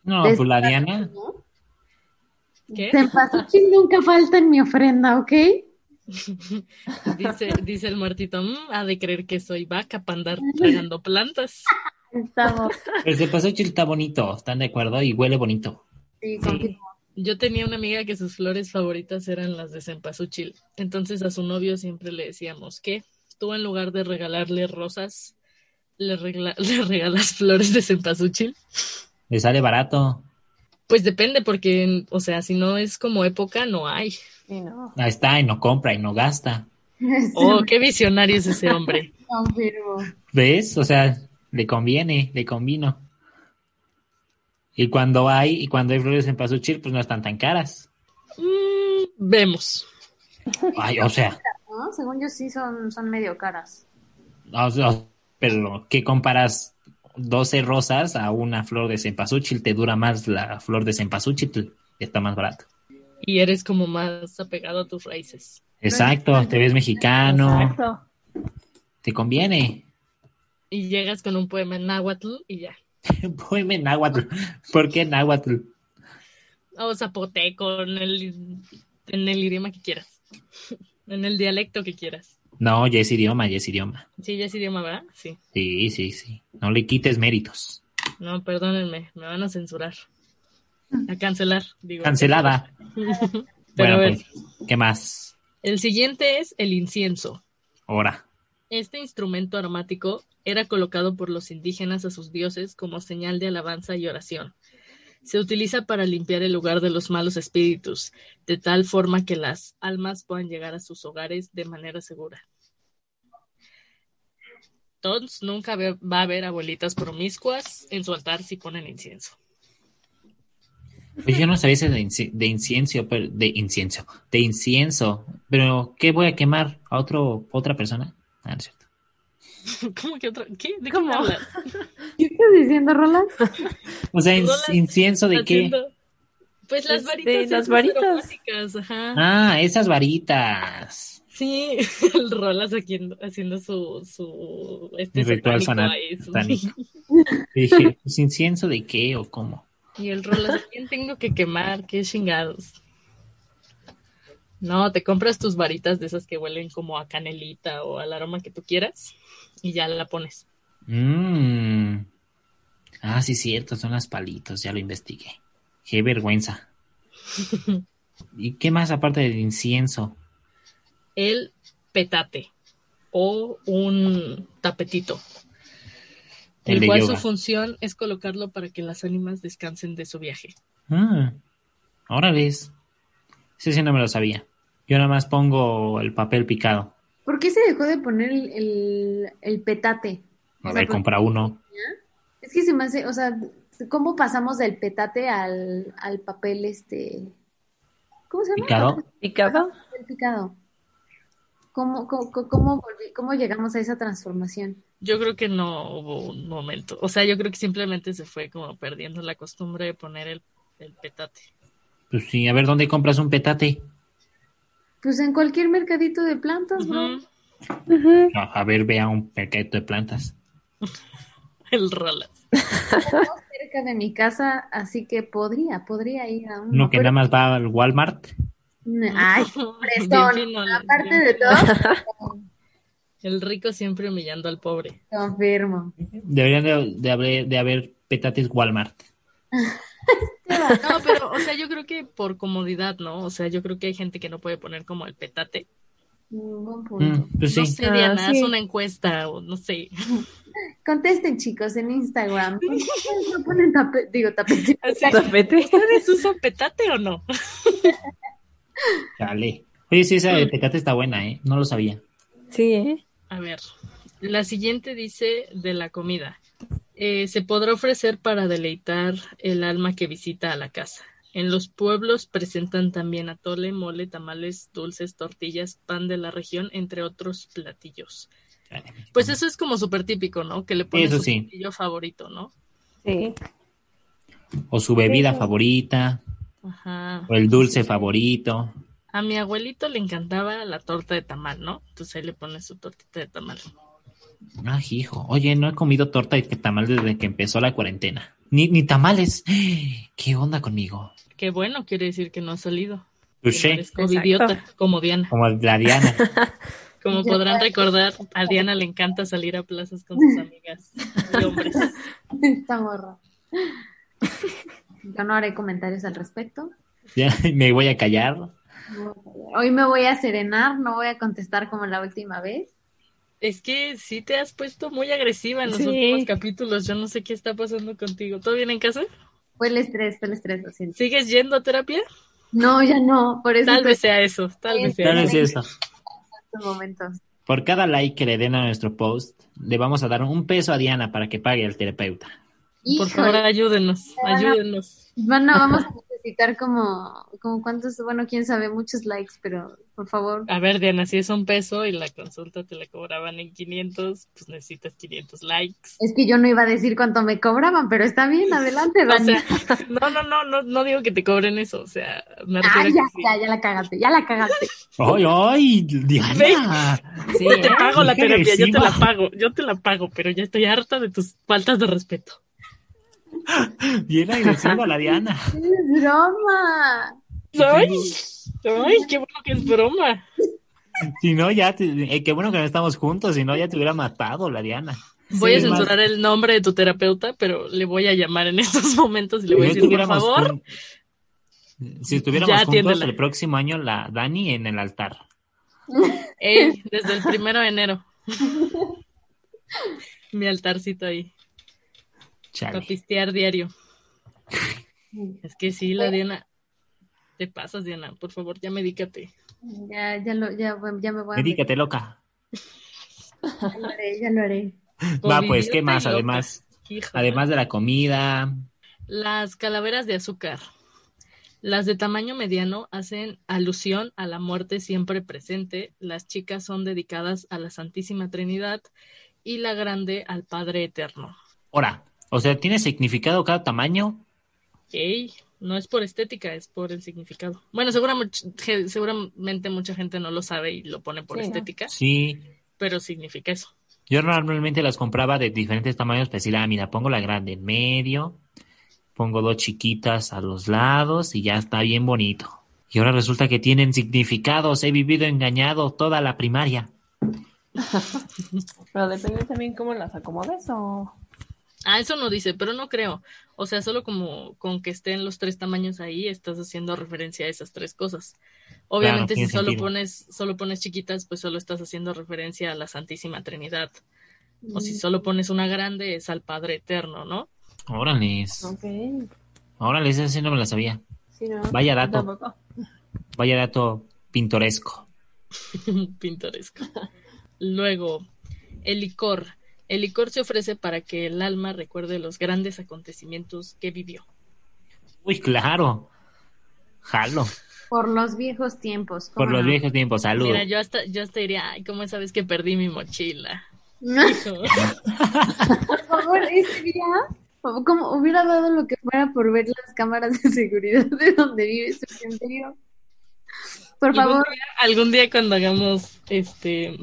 [SPEAKER 5] No, pues la
[SPEAKER 3] (laughs)
[SPEAKER 5] Diana.
[SPEAKER 2] ¿Qué? (laughs)
[SPEAKER 3] Cempasúchil nunca falta en mi ofrenda, ¿ok?
[SPEAKER 2] Dice, dice el muertito, "Mm, ha de creer que soy vaca para andar tragando plantas. (laughs)
[SPEAKER 3] Estamos.
[SPEAKER 5] El cempasúchil está bonito, ¿están de acuerdo? Y huele bonito.
[SPEAKER 3] Sí, confirmo. (laughs)
[SPEAKER 2] Yo tenía una amiga que sus flores favoritas eran las de cempasúchil. Entonces a su novio siempre le decíamos que tú en lugar de regalarle rosas, le, regla- (laughs) le regalas flores de cempasúchil.
[SPEAKER 5] Le sale barato.
[SPEAKER 2] Pues depende, porque, o sea, si no es como época, no hay.
[SPEAKER 4] Sí, no.
[SPEAKER 5] Ahí está, y no compra y no gasta.
[SPEAKER 3] Sí,
[SPEAKER 2] Oh, qué visionario es ese hombre.
[SPEAKER 3] confirmo.
[SPEAKER 5] ¿Ves? O sea, le conviene, le convino. Y cuando hay, y cuando hay flores en Pasuchil, pues no están tan caras.
[SPEAKER 2] Mm, vemos.
[SPEAKER 5] Ay, o sea,
[SPEAKER 3] ¿No? Según yo sí son, son medio caras.
[SPEAKER 5] o sea, pero ¿qué comparas 12 rosas a una flor de cempasúchil? Te dura más la flor de cempasúchil, está más barato.
[SPEAKER 2] Y eres como más apegado a tus raíces.
[SPEAKER 5] Exacto, te ves mexicano,
[SPEAKER 4] Exacto.
[SPEAKER 5] te conviene. (laughs)
[SPEAKER 2] y llegas con un poema en náhuatl y ya.
[SPEAKER 5] Poema en náhuatl. ¿Por qué náhuatl?
[SPEAKER 2] O zapoteco, en el, en el idioma que quieras. (laughs) En el dialecto que quieras.
[SPEAKER 5] No, ya es idioma, ya es idioma.
[SPEAKER 2] Sí, ya es idioma, ¿verdad? Sí.
[SPEAKER 5] Sí, sí, sí. No le quites méritos.
[SPEAKER 2] No, perdónenme, me van a censurar. A cancelar, digo. (laughs)
[SPEAKER 5] Cancelada.
[SPEAKER 2] Pero
[SPEAKER 5] Bueno,
[SPEAKER 2] a ver,
[SPEAKER 5] pues, ¿qué más?
[SPEAKER 2] el siguiente es el incienso.
[SPEAKER 5] Ahora.
[SPEAKER 2] Este instrumento aromático era colocado por los indígenas a sus dioses como señal de alabanza y oración. Se utiliza para limpiar el lugar de los malos espíritus, de tal forma que las almas puedan llegar a sus hogares de manera segura. Entonces, nunca ve- va a haber abuelitas promiscuas en su altar si ponen incienso. (laughs)
[SPEAKER 5] Pues yo no sabía ese de, inci- de incienso, pero de incienso, de incienso. Pero ¿qué voy a quemar a otro otra persona? Ah, no es cierto.
[SPEAKER 2] ¿Cómo que otro? ¿Qué? ¿De cómo hablas?
[SPEAKER 3] ¿Qué estás diciendo, Roland?
[SPEAKER 5] O sea, in-
[SPEAKER 2] Rolas
[SPEAKER 5] incienso de qué?
[SPEAKER 2] Haciendo- Pues las
[SPEAKER 4] Pues,
[SPEAKER 2] varitas.
[SPEAKER 4] de
[SPEAKER 2] estas
[SPEAKER 4] las varitas.
[SPEAKER 2] aromáticas, ajá.
[SPEAKER 5] Ah, esas varitas.
[SPEAKER 2] Sí, (laughs) el Rolas haciendo, haciendo su, su este
[SPEAKER 5] El ritual
[SPEAKER 2] satánico
[SPEAKER 5] sanat-
[SPEAKER 2] ahí, su- (laughs)
[SPEAKER 5] satánico. Dije, ¿pues incienso de qué o cómo?
[SPEAKER 2] Y el Rolas, ¿a quién tengo que quemar? Qué chingados. No, te compras tus varitas de esas que huelen como a canelita o al aroma que tú quieras y ya la pones.
[SPEAKER 5] Mm. Ah, sí, cierto, son las palitos, ya lo investigué. Qué vergüenza.
[SPEAKER 2] (laughs)
[SPEAKER 5] ¿Y qué más aparte del incienso?
[SPEAKER 2] El petate o un tapetito.
[SPEAKER 5] El
[SPEAKER 2] El
[SPEAKER 5] de
[SPEAKER 2] cual
[SPEAKER 5] yoga.
[SPEAKER 2] su función es colocarlo para que las ánimas descansen de su viaje.
[SPEAKER 5] Ah, ahora ves. Ese sí no me lo sabía. Yo nada más pongo el papel picado.
[SPEAKER 3] ¿Por qué se dejó de poner el, el- el petate?
[SPEAKER 5] A
[SPEAKER 3] O sea,
[SPEAKER 5] ver,
[SPEAKER 3] ¿por-
[SPEAKER 5] compra uno.
[SPEAKER 3] Es que se me hace, o sea, ¿cómo pasamos del petate al, al papel este... ¿Cómo se llama?
[SPEAKER 5] Picado.
[SPEAKER 4] ¿Picado?
[SPEAKER 3] Papel picado. ¿Cómo, cómo, cómo volvi- cómo llegamos a esa transformación?
[SPEAKER 2] Yo creo que no hubo un momento. O sea, yo creo que simplemente se fue como perdiendo la costumbre de poner el, el petate.
[SPEAKER 5] Pues sí, a ver, ¿dónde compras un petate?
[SPEAKER 3] Pues en cualquier mercadito de plantas, bro.
[SPEAKER 2] Ujú.
[SPEAKER 5] A, a ver, vea un mercadito de plantas.
[SPEAKER 2] El Rolas.
[SPEAKER 3] Cerca de mi casa, así que podría, podría ir a uno.
[SPEAKER 5] Uno que nada
[SPEAKER 3] pero-
[SPEAKER 5] más va al Walmart.
[SPEAKER 3] Ay,
[SPEAKER 2] (laughs) Bien
[SPEAKER 3] (laughs) prestón.
[SPEAKER 2] fino,
[SPEAKER 3] Aparte
[SPEAKER 2] bien
[SPEAKER 3] de
[SPEAKER 2] fino.
[SPEAKER 3] todo,
[SPEAKER 2] El rico siempre humillando al pobre.
[SPEAKER 3] Confirmo.
[SPEAKER 5] Deberían de, de haber, de haber petates Walmart.
[SPEAKER 2] No, pero, o sea, yo creo que por comodidad, ¿no? O sea, yo creo que hay gente que no puede poner como el petate.
[SPEAKER 3] Mm, Buen punto.
[SPEAKER 5] Mm, pues sí.
[SPEAKER 2] No sé,
[SPEAKER 4] Ah,
[SPEAKER 2] Diana, haz
[SPEAKER 4] sí.
[SPEAKER 2] una encuesta o no sé.
[SPEAKER 3] Contesten, chicos, en Instagram. ¿Por qué ustedes no ponen tape- digo,
[SPEAKER 2] (laughs)
[SPEAKER 3] tapete?
[SPEAKER 2] Así,
[SPEAKER 4] Tapete.
[SPEAKER 2] ¿Ustedes usan petate o no?
[SPEAKER 5] Dale. Oye, sí, esa de Tecate está buena, ¿eh? No lo sabía.
[SPEAKER 4] (laughs) Sí, ¿eh?
[SPEAKER 2] A ver, la siguiente dice de la comida. Eh, se podrá ofrecer para deleitar el alma que visita a la casa. En los pueblos presentan también atole, mole, tamales, dulces, tortillas, pan de la región, entre otros platillos. Pues eso es como súper típico, ¿no? Que le pones
[SPEAKER 5] Eso
[SPEAKER 2] su
[SPEAKER 5] sí.
[SPEAKER 2] platillo favorito, ¿no?
[SPEAKER 4] Sí.
[SPEAKER 5] O su bebida favorita,
[SPEAKER 2] Ajá.
[SPEAKER 5] o el dulce favorito.
[SPEAKER 2] A mi abuelito le encantaba la torta de tamal, ¿no? Entonces ahí le pones su tortita de tamal.
[SPEAKER 5] Ah, hijo. Oye, no he comido torta y tamal desde que empezó la cuarentena. Ni, ni tamales. (gasps) ¿Qué onda conmigo?
[SPEAKER 2] Qué bueno, quiere decir que no ha salido. Que
[SPEAKER 5] Touché,
[SPEAKER 2] parezco
[SPEAKER 4] Exacto.
[SPEAKER 2] idiota, como Diana.
[SPEAKER 5] como la
[SPEAKER 2] (laughs)
[SPEAKER 5] Diana.
[SPEAKER 2] Como
[SPEAKER 3] Ya
[SPEAKER 2] podrán
[SPEAKER 3] sabes.
[SPEAKER 2] recordar, a Diana le encanta salir a plazas con sus amigas y hombres.
[SPEAKER 3] Está morra. Yo no haré comentarios al respecto.
[SPEAKER 5] Ya me voy a callar.
[SPEAKER 3] Hoy me voy a serenar, no voy a contestar como la última vez.
[SPEAKER 2] Es que sí te has puesto muy agresiva en los
[SPEAKER 4] Sí.
[SPEAKER 2] últimos capítulos. Yo no sé qué está pasando contigo. ¿Todo bien en casa?
[SPEAKER 3] Fue el estrés, fue el estrés, lo siento.
[SPEAKER 2] ¿Sigues yendo a terapia?
[SPEAKER 3] No, ya no, por eso
[SPEAKER 2] Tal
[SPEAKER 3] estoy
[SPEAKER 2] vez sea eso, tal vez sea
[SPEAKER 5] Claro,
[SPEAKER 2] eso.
[SPEAKER 5] es eso.
[SPEAKER 3] en este estos momentos.
[SPEAKER 5] Por cada like que le den a nuestro post, le vamos a dar un peso a Diana para que pague al terapeuta.
[SPEAKER 2] Por favor,
[SPEAKER 3] Híjole,
[SPEAKER 2] ayúdenos,
[SPEAKER 3] Diana.
[SPEAKER 2] ayúdenos.
[SPEAKER 3] Ivana, vamos a necesitar como, como cuántos, bueno, quién sabe, muchos likes, pero por favor,
[SPEAKER 2] A ver, Diana, si es un peso y la consulta te la cobraban en 500, pues necesitas 500 likes.
[SPEAKER 3] es que yo no iba a decir cuánto me cobraban, pero está bien, adelante,
[SPEAKER 2] O
[SPEAKER 3] Dani.
[SPEAKER 2] (laughs) sea, no, no, no, no, no digo que te cobren eso, o sea, me refiero
[SPEAKER 3] Ah,
[SPEAKER 2] a que
[SPEAKER 3] ya,
[SPEAKER 2] sí.
[SPEAKER 3] ya, ya la cagaste, ya la cagaste.
[SPEAKER 5] ¡Ay, ay! ¡Diana!
[SPEAKER 4] Sí, ¿eh?
[SPEAKER 2] Te pago la
[SPEAKER 5] Qué
[SPEAKER 2] terapia, yo te la
[SPEAKER 5] agresiva.
[SPEAKER 2] pago, yo te la pago, pero ya estoy harta de tus faltas de respeto.
[SPEAKER 5] Bien agresiva la Diana.
[SPEAKER 3] ¡Es broma!
[SPEAKER 2] ¡Ay! ¡Ay, qué bueno que es broma!
[SPEAKER 5] Si no, ya. te- eh, qué bueno que no estamos juntos, si no, ya te hubiera matado la Diana.
[SPEAKER 2] Voy a
[SPEAKER 5] Sí,
[SPEAKER 2] censurar el nombre de tu terapeuta, pero le voy a llamar en (laughs) estos momentos y le voy a
[SPEAKER 5] Si
[SPEAKER 2] decir, por
[SPEAKER 5] estuviéramos
[SPEAKER 2] favor,
[SPEAKER 5] jun- Si estuviéramos
[SPEAKER 2] Ya,
[SPEAKER 5] juntos
[SPEAKER 2] atiéndela.
[SPEAKER 5] el próximo año, la Dani en el altar.
[SPEAKER 2] ey, eh, desde el primero de enero. (laughs) Mi altarcito ahí, para
[SPEAKER 5] Chale.
[SPEAKER 2] pistear diario.
[SPEAKER 5] (laughs)
[SPEAKER 2] Es que sí, la Diana. Te pasas, Diana, por favor, ya medícate.
[SPEAKER 3] Ya, ya, lo, ya, ya me voy a...
[SPEAKER 5] Dedícate, loca.
[SPEAKER 3] Ya lo haré, ya lo haré.
[SPEAKER 5] Va, pues, ¿qué
[SPEAKER 2] Covidiota
[SPEAKER 5] más?
[SPEAKER 2] y loca.
[SPEAKER 5] Además,
[SPEAKER 2] Híjole.
[SPEAKER 5] además de la comida.
[SPEAKER 2] Las calaveras de azúcar. Las de tamaño mediano hacen alusión a la muerte siempre presente. Las chicas son dedicadas a la Santísima Trinidad y la grande al Padre Eterno.
[SPEAKER 5] Ahora, o sea, ¿tiene significado cada tamaño?
[SPEAKER 2] Ok, No es por estética, es por el significado. Bueno, seguramente, seguramente mucha gente no lo sabe y lo pone por
[SPEAKER 4] Sí, ¿no?
[SPEAKER 2] estética,
[SPEAKER 5] Sí.
[SPEAKER 2] pero significa eso.
[SPEAKER 5] Yo normalmente las compraba de diferentes tamaños, pues sí, la, mira, pongo la grande en medio, pongo dos chiquitas a los lados y ya está bien bonito. Y ahora resulta que tienen significados, he vivido engañado toda la primaria.
[SPEAKER 4] Pero depende también cómo las acomodes o...
[SPEAKER 2] Ah, eso no dice, pero no creo. O sea, solo como con que estén los tres tamaños ahí, estás haciendo referencia a esas tres cosas. Obviamente, si
[SPEAKER 5] tiene
[SPEAKER 2] solo
[SPEAKER 5] sentido.
[SPEAKER 2] pones, solo pones chiquitas, pues solo estás haciendo referencia a la Santísima Trinidad. O si solo pones una grande, es al Padre Eterno, ¿no? (laughs)
[SPEAKER 5] Órale,
[SPEAKER 4] Ok.
[SPEAKER 5] órale, esa sí no me la sabía.
[SPEAKER 4] Sí, no.
[SPEAKER 5] Vaya dato.
[SPEAKER 4] Tampoco.
[SPEAKER 5] Vaya dato pintoresco.
[SPEAKER 2] Pintoresco. Luego, el licor. El licor se ofrece para que el alma recuerde los grandes acontecimientos que vivió.
[SPEAKER 5] Uy, claro. Jalo.
[SPEAKER 3] Por los viejos tiempos. ¿cómo
[SPEAKER 5] Por los
[SPEAKER 3] no? (laughs)
[SPEAKER 5] viejos tiempos, salud.
[SPEAKER 2] Mira, yo hasta, yo hasta diría, ay, ¿cómo sabes que perdí mi mochila? (laughs)
[SPEAKER 3] Por favor, ese día, como- como hubiera dado lo que fuera por ver las cámaras de seguridad de donde vive su cementerio. Por favor,
[SPEAKER 2] Algún día, algún día cuando hagamos este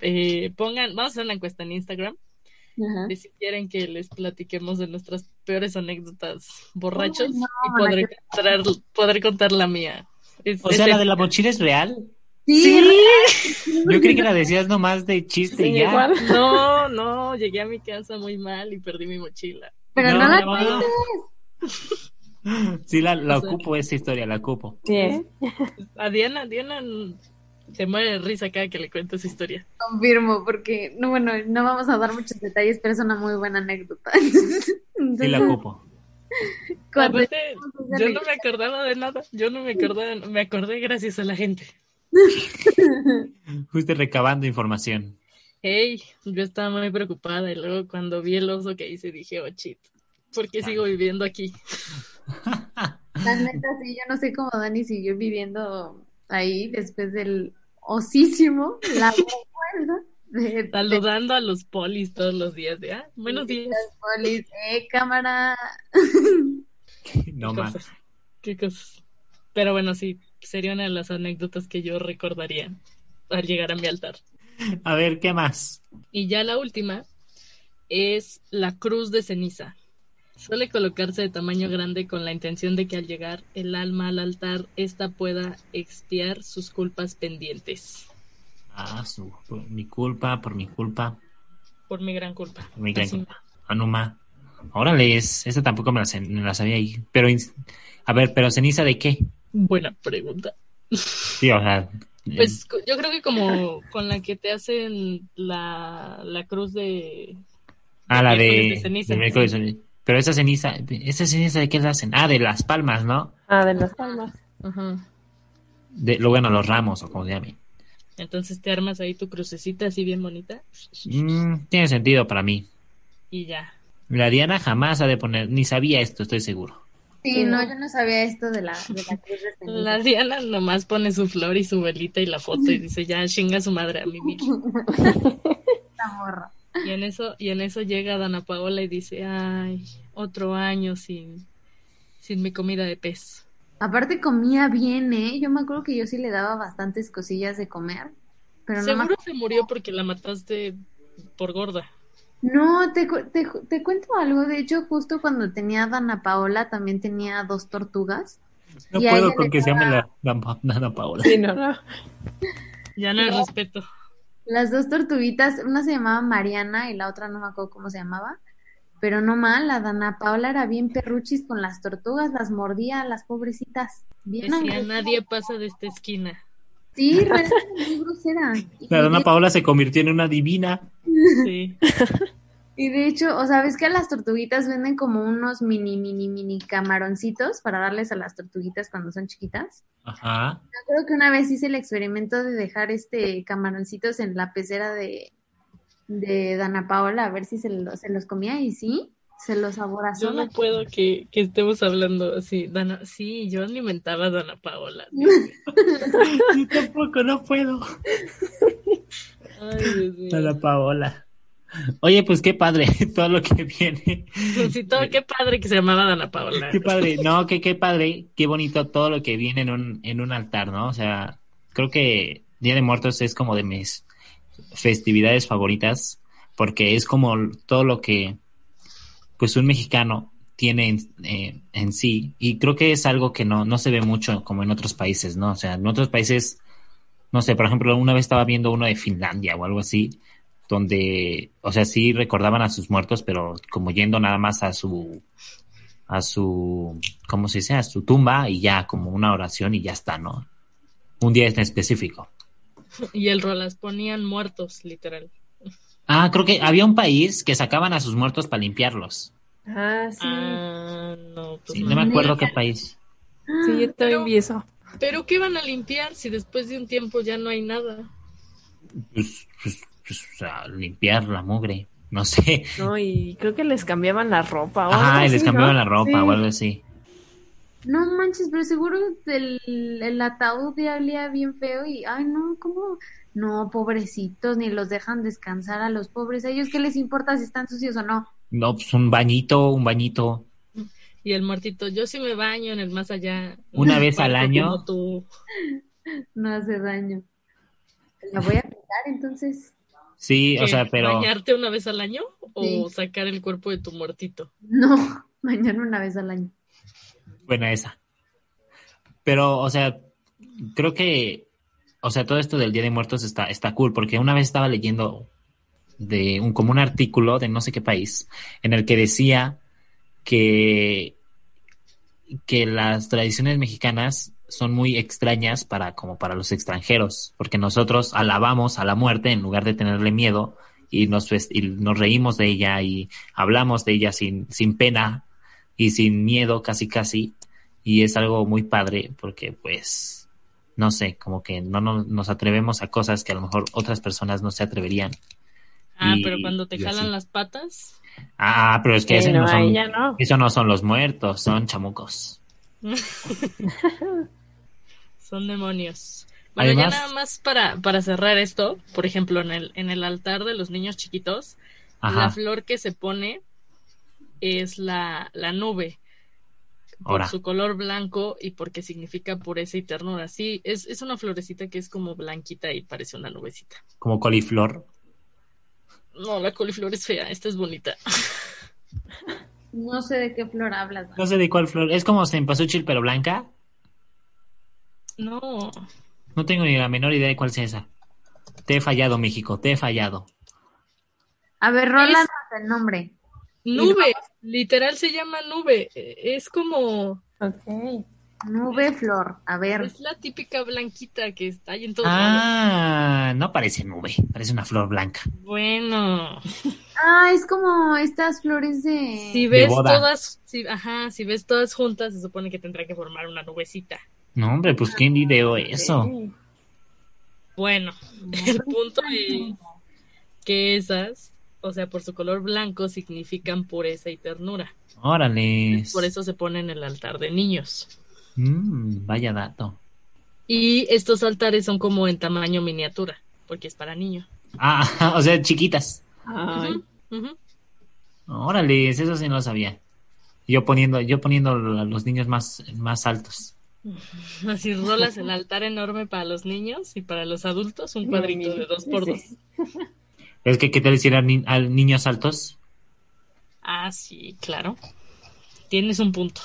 [SPEAKER 2] eh, pongan, vamos a hacer una encuesta en Instagram
[SPEAKER 3] Ajá.
[SPEAKER 2] de si quieren que les platiquemos de nuestras peores anécdotas borrachos
[SPEAKER 3] Uy, no,
[SPEAKER 2] y podré
[SPEAKER 3] la
[SPEAKER 2] contar, podré contar la mía. Es-
[SPEAKER 5] O
[SPEAKER 2] es
[SPEAKER 5] sea, la
[SPEAKER 2] épica.
[SPEAKER 5] de la mochila es real.
[SPEAKER 2] Sí,
[SPEAKER 5] Yo creí que la decías nomás de chiste y ya.
[SPEAKER 4] Igual.
[SPEAKER 2] (laughs) no, no, llegué a mi casa muy mal y perdí mi mochila.
[SPEAKER 3] Pero no,
[SPEAKER 5] No,
[SPEAKER 3] la
[SPEAKER 5] no.
[SPEAKER 3] cuentes.
[SPEAKER 5] Sí, la, la
[SPEAKER 2] O sea-
[SPEAKER 5] ocupo esa historia, la ocupo.
[SPEAKER 4] Sí, ¿eh?
[SPEAKER 2] A Diana, Diana mm, se muere de risa cada que le cuento esa historia.
[SPEAKER 3] Confirmo, porque, no, bueno, no vamos a dar muchos detalles, pero es una muy buena anécdota. (laughs) Entonces,
[SPEAKER 5] Sí, la ocupo.
[SPEAKER 3] cuando-
[SPEAKER 2] Aparte, yo no me acordaba de nada, yo no me acordaba, me acordé gracias a la gente.
[SPEAKER 5] Fuiste
[SPEAKER 2] (laughs)
[SPEAKER 5] recabando información.
[SPEAKER 2] Hey, yo estaba muy preocupada y luego cuando vi el oso que hice dije, oh shit, ¿por qué sigo viviendo aquí?
[SPEAKER 3] La neta, sí, yo no sé cómo Dani siguió viviendo ahí después del osísimo, la vergüenza de, de
[SPEAKER 2] Saludando a los polis todos los días de, ah, buenos días.
[SPEAKER 3] las polis. Eh, cámara.
[SPEAKER 5] No
[SPEAKER 2] Qué
[SPEAKER 5] más.
[SPEAKER 2] cosas, qué cosas. Pero bueno, sí, sería una de las anécdotas que yo recordaría al llegar a mi altar.
[SPEAKER 5] A ver, ¿qué más?
[SPEAKER 2] Y ya la última es la cruz de ceniza. Suele colocarse de tamaño grande con la intención de que al llegar el alma al altar, ésta pueda expiar sus culpas pendientes.
[SPEAKER 5] Ah, su, por mi culpa, por mi culpa.
[SPEAKER 2] Por mi gran culpa.
[SPEAKER 5] Por mi gran
[SPEAKER 2] Así.
[SPEAKER 5] culpa. Anuma. Órale, es, esta tampoco me la, sé- me la sabía ahí. Pero, ins- a ver, ¿pero ceniza de qué?
[SPEAKER 2] Buena pregunta.
[SPEAKER 5] Sí, o sea. eh,
[SPEAKER 2] Pues cu- yo creo que como con la que te hacen la, la cruz de...
[SPEAKER 5] ah, la
[SPEAKER 2] miércoles de
[SPEAKER 5] de.
[SPEAKER 2] ceniza.
[SPEAKER 5] de miércoles de ceniza. Pero esa ceniza, ¿esa ceniza de qué la hacen? Ah, de las palmas, ¿no?
[SPEAKER 4] Ah, de las palmas.
[SPEAKER 2] Ajá.
[SPEAKER 5] De, lo bueno, los ramos, o como se llame.
[SPEAKER 2] Entonces te armas ahí tu crucecita así bien bonita
[SPEAKER 5] Mm, tiene sentido para mí.
[SPEAKER 2] y ya.
[SPEAKER 5] La Diana jamás ha de poner, ni sabía esto, estoy seguro.
[SPEAKER 3] Sí, no, yo no sabía esto de la, de la cruz de ceniza.
[SPEAKER 2] La Diana nomás pone su flor y su velita y la foto y dice ya chinga su madre a mi Vicky".
[SPEAKER 3] Esta morra.
[SPEAKER 2] Y en eso, y en eso llega Dana Paola y dice, ay, otro año sin, sin mi comida de pez.
[SPEAKER 3] Aparte comía bien, ¿eh? Yo me acuerdo que yo sí le daba bastantes cosillas de comer, pero no me
[SPEAKER 2] Seguro se murió porque la mataste por gorda.
[SPEAKER 3] No, te, cu- te, ju- te cuento algo. De hecho, justo cuando tenía a Dana Paola, también tenía dos tortugas.
[SPEAKER 5] Pues No
[SPEAKER 3] Y a
[SPEAKER 5] puedo
[SPEAKER 3] ella
[SPEAKER 5] con
[SPEAKER 3] le
[SPEAKER 5] que se llame la, la, la- la Paola.
[SPEAKER 4] Sí, no, no.
[SPEAKER 2] Ya no hay respeto.
[SPEAKER 3] Las dos tortuguitas, una se llamaba Mariana y la otra no me acuerdo cómo se llamaba. Pero no mal, la Dana Paola era bien perruchis con las tortugas, las mordía, las pobrecitas. Bien
[SPEAKER 2] Decía,
[SPEAKER 3] hambrientas.
[SPEAKER 2] nadie pasa de esta esquina. (laughs)
[SPEAKER 3] Sí, re- muy grosera. Y,
[SPEAKER 5] La Dana
[SPEAKER 3] de-
[SPEAKER 5] Paola se convirtió en una divina.
[SPEAKER 2] Sí.
[SPEAKER 3] y de hecho, o sabes que a las tortuguitas venden como unos mini, mini, mini camaroncitos para darles a las tortuguitas cuando son chiquitas.
[SPEAKER 5] Ajá.
[SPEAKER 3] Me acuerdo que una vez hice el experimento de dejar este camaroncitos en la pecera de, de Dana Paola a ver si se, lo- se los comía y sí, se los aborazó.
[SPEAKER 2] Yo no puedo que, que estemos hablando así. Dana, sí, yo alimentaba a Dana Paola.
[SPEAKER 5] Yo tampoco, no puedo.
[SPEAKER 2] (laughs) Ay, Dios mío.
[SPEAKER 5] Dana Paola. Oye, pues qué padre (laughs) todo lo que viene.
[SPEAKER 2] Sí, todo, qué padre que se llamaba Dana Paola.
[SPEAKER 5] Qué padre. No, que qué padre. Qué bonito todo lo que viene en un, en un altar, ¿no? O sea, creo que Día de Muertos es como de mis festividades favoritas porque es como todo lo que pues un mexicano tiene en, eh, en sí y creo que es algo que no, no se ve mucho como en otros países, ¿no? O sea, en otros países, no sé, por ejemplo, una vez estaba viendo uno de Finlandia o algo así, donde, o sea, sí recordaban a sus muertos, pero como yendo nada más a su, a su, ¿cómo se dice? A su tumba y ya como una oración y ya está, ¿no? Un día en específico.
[SPEAKER 2] Y el Rolas ponían muertos, literal.
[SPEAKER 5] Ah, creo que había un país que sacaban a sus muertos para limpiarlos.
[SPEAKER 4] Ah, sí.
[SPEAKER 2] Ah, no, pues
[SPEAKER 5] Sí,
[SPEAKER 2] no.
[SPEAKER 5] no me acuerdo qué país.
[SPEAKER 4] Sí, yo también vi eso.
[SPEAKER 2] Pero ¿qué van a limpiar si después de un tiempo ya no hay nada?
[SPEAKER 5] Pues, pues, pues, a limpiar la mugre. No sé. (laughs)
[SPEAKER 4] No, y creo que les cambiaban la ropa. o algo
[SPEAKER 5] Ajá, Ah, y les
[SPEAKER 4] así,
[SPEAKER 5] cambiaban
[SPEAKER 4] ¿no?
[SPEAKER 5] la ropa
[SPEAKER 4] Sí.
[SPEAKER 5] o algo así.
[SPEAKER 3] No manches, pero seguro el, el ataúd ya olía bien feo y, ay no, ¿cómo? No, pobrecitos, ni los dejan descansar a los pobres. ¿A ellos qué les importa si están sucios o no?
[SPEAKER 5] No, pues un bañito, un bañito.
[SPEAKER 2] Y el muertito, yo sí me baño en el más allá.
[SPEAKER 5] Una vez al
[SPEAKER 2] Parto
[SPEAKER 5] año.
[SPEAKER 2] como tú.
[SPEAKER 3] No hace daño. La voy a pintar entonces.
[SPEAKER 5] Sí, o
[SPEAKER 2] ¿Qué?
[SPEAKER 5] sea, pero
[SPEAKER 2] Eh, ¿Bañarte una vez al año o
[SPEAKER 3] Sí.
[SPEAKER 2] sacar el cuerpo de tu muertito?
[SPEAKER 3] No, (laughs) mañana una vez al año.
[SPEAKER 5] buena esa. Pero, o sea, creo que, o sea, todo esto del Día de Muertos está, está cool, porque una vez estaba leyendo de un, como un artículo de no sé qué país, en el que decía que, que las tradiciones mexicanas son muy extrañas para, como para los extranjeros, porque nosotros alabamos a la muerte en lugar de tenerle miedo y nos, fest- y nos reímos de ella y hablamos de ella sin, sin pena y sin miedo casi casi y es algo muy padre porque pues no sé, como que no, no- nos atrevemos a cosas que a lo mejor otras personas no se atreverían.
[SPEAKER 2] Ah,
[SPEAKER 5] Y-
[SPEAKER 2] pero cuando te
[SPEAKER 5] y
[SPEAKER 2] jalan
[SPEAKER 5] así.
[SPEAKER 2] las patas.
[SPEAKER 5] Ah, pero es que ese
[SPEAKER 4] no,
[SPEAKER 5] no son-
[SPEAKER 4] ahí ya no.
[SPEAKER 5] eso no son los muertos, son chamucos.
[SPEAKER 2] Son demonios. Bueno,
[SPEAKER 5] Además-
[SPEAKER 2] ya nada más para, para cerrar esto, por ejemplo, en el, en el altar de los niños chiquitos, la
[SPEAKER 5] Ajá,
[SPEAKER 2] flor que se pone es la, la nube. Por
[SPEAKER 5] ahora.
[SPEAKER 2] su color blanco y porque significa pureza y ternura. Sí, es, es una florecita que es como blanquita y parece una nubecita.
[SPEAKER 5] Como coliflor.
[SPEAKER 2] No, la coliflor es fea, esta es bonita.
[SPEAKER 3] No sé de qué flor hablas. Dani.
[SPEAKER 5] No sé de cuál flor. Es como cempasúchil pero blanca.
[SPEAKER 2] No,
[SPEAKER 5] No tengo ni la menor idea de cuál sea esa. Te he fallado, México, te he fallado.
[SPEAKER 3] A ver, Roland, el nombre.
[SPEAKER 2] nube, literal se llama nube. Eh, Es como,
[SPEAKER 4] Ok.
[SPEAKER 3] Nube flor. A ver.
[SPEAKER 2] es la típica blanquita que está ahí en todos lados.
[SPEAKER 5] Ah, no parece nube, parece una flor blanca.
[SPEAKER 2] Bueno,
[SPEAKER 3] Ah, es como estas flores de.
[SPEAKER 2] si ves
[SPEAKER 5] boda.
[SPEAKER 2] todas, si, ajá, si ves todas juntas, se supone que tendrá que formar una nubecita.
[SPEAKER 5] No, hombre, pues ¿quién video eso?
[SPEAKER 2] Bueno, el punto es que esas, o sea, por su color blanco, significan pureza y ternura.
[SPEAKER 5] Órale.
[SPEAKER 2] Por eso se pone en el altar de niños.
[SPEAKER 5] Mm, vaya dato.
[SPEAKER 2] Y estos altares son como en tamaño miniatura, porque es para niños.
[SPEAKER 5] Ah, (laughs) o sea, chiquitas.
[SPEAKER 4] Ay,
[SPEAKER 5] Órale, eso sí no lo sabía. Yo poniendo, yo poniendo a los niños más, más altos.
[SPEAKER 2] Así rolas el altar enorme para los niños y para los adultos un cuadrito de dos por dos.
[SPEAKER 5] Es que, ¿qué tal hicieran ni- a niños altos?
[SPEAKER 2] Ah, sí, claro. Tienes un punto.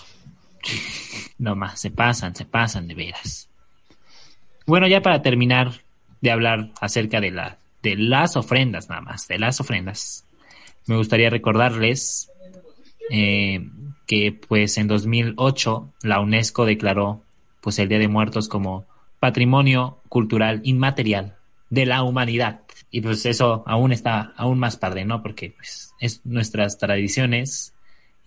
[SPEAKER 5] No más, se pasan, se pasan de veras. Bueno, ya para terminar de hablar acerca de, la, de las ofrendas, nada más, de las ofrendas, me gustaría recordarles eh, que pues en 2008 la UNESCO declaró pues el Día de Muertos como Patrimonio Cultural Inmaterial de la Humanidad. Y pues eso aún está aún más padre, ¿no? Porque pues, es nuestras tradiciones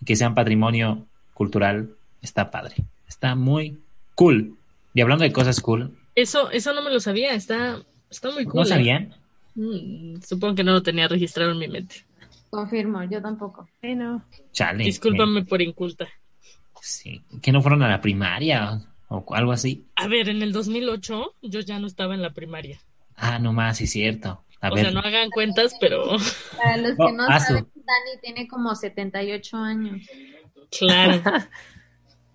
[SPEAKER 5] que sean patrimonio cultural está padre. Está muy cool. Y hablando de cosas cool,
[SPEAKER 2] Eso, eso no me lo sabía, está, está muy cool.
[SPEAKER 5] ¿no
[SPEAKER 2] ¿eh?
[SPEAKER 5] sabían?
[SPEAKER 2] Mm, supongo que no lo tenía registrado en mi mente.
[SPEAKER 3] Confirmo, yo tampoco.
[SPEAKER 4] bueno.
[SPEAKER 5] Chale.
[SPEAKER 2] Discúlpame por inculta.
[SPEAKER 5] que- sí, que no fueron a la primaria o, o algo así.
[SPEAKER 2] A ver, en el 2008 yo ya no estaba en la primaria.
[SPEAKER 5] Ah, no más, sí, cierto. A
[SPEAKER 2] o
[SPEAKER 5] ver.
[SPEAKER 2] sea, no hagan cuentas,
[SPEAKER 5] (laughs)
[SPEAKER 2] pero
[SPEAKER 3] Para los
[SPEAKER 5] No,
[SPEAKER 3] que no
[SPEAKER 5] hazlo.
[SPEAKER 3] saben, Dani tiene como 78 años.
[SPEAKER 2] claro.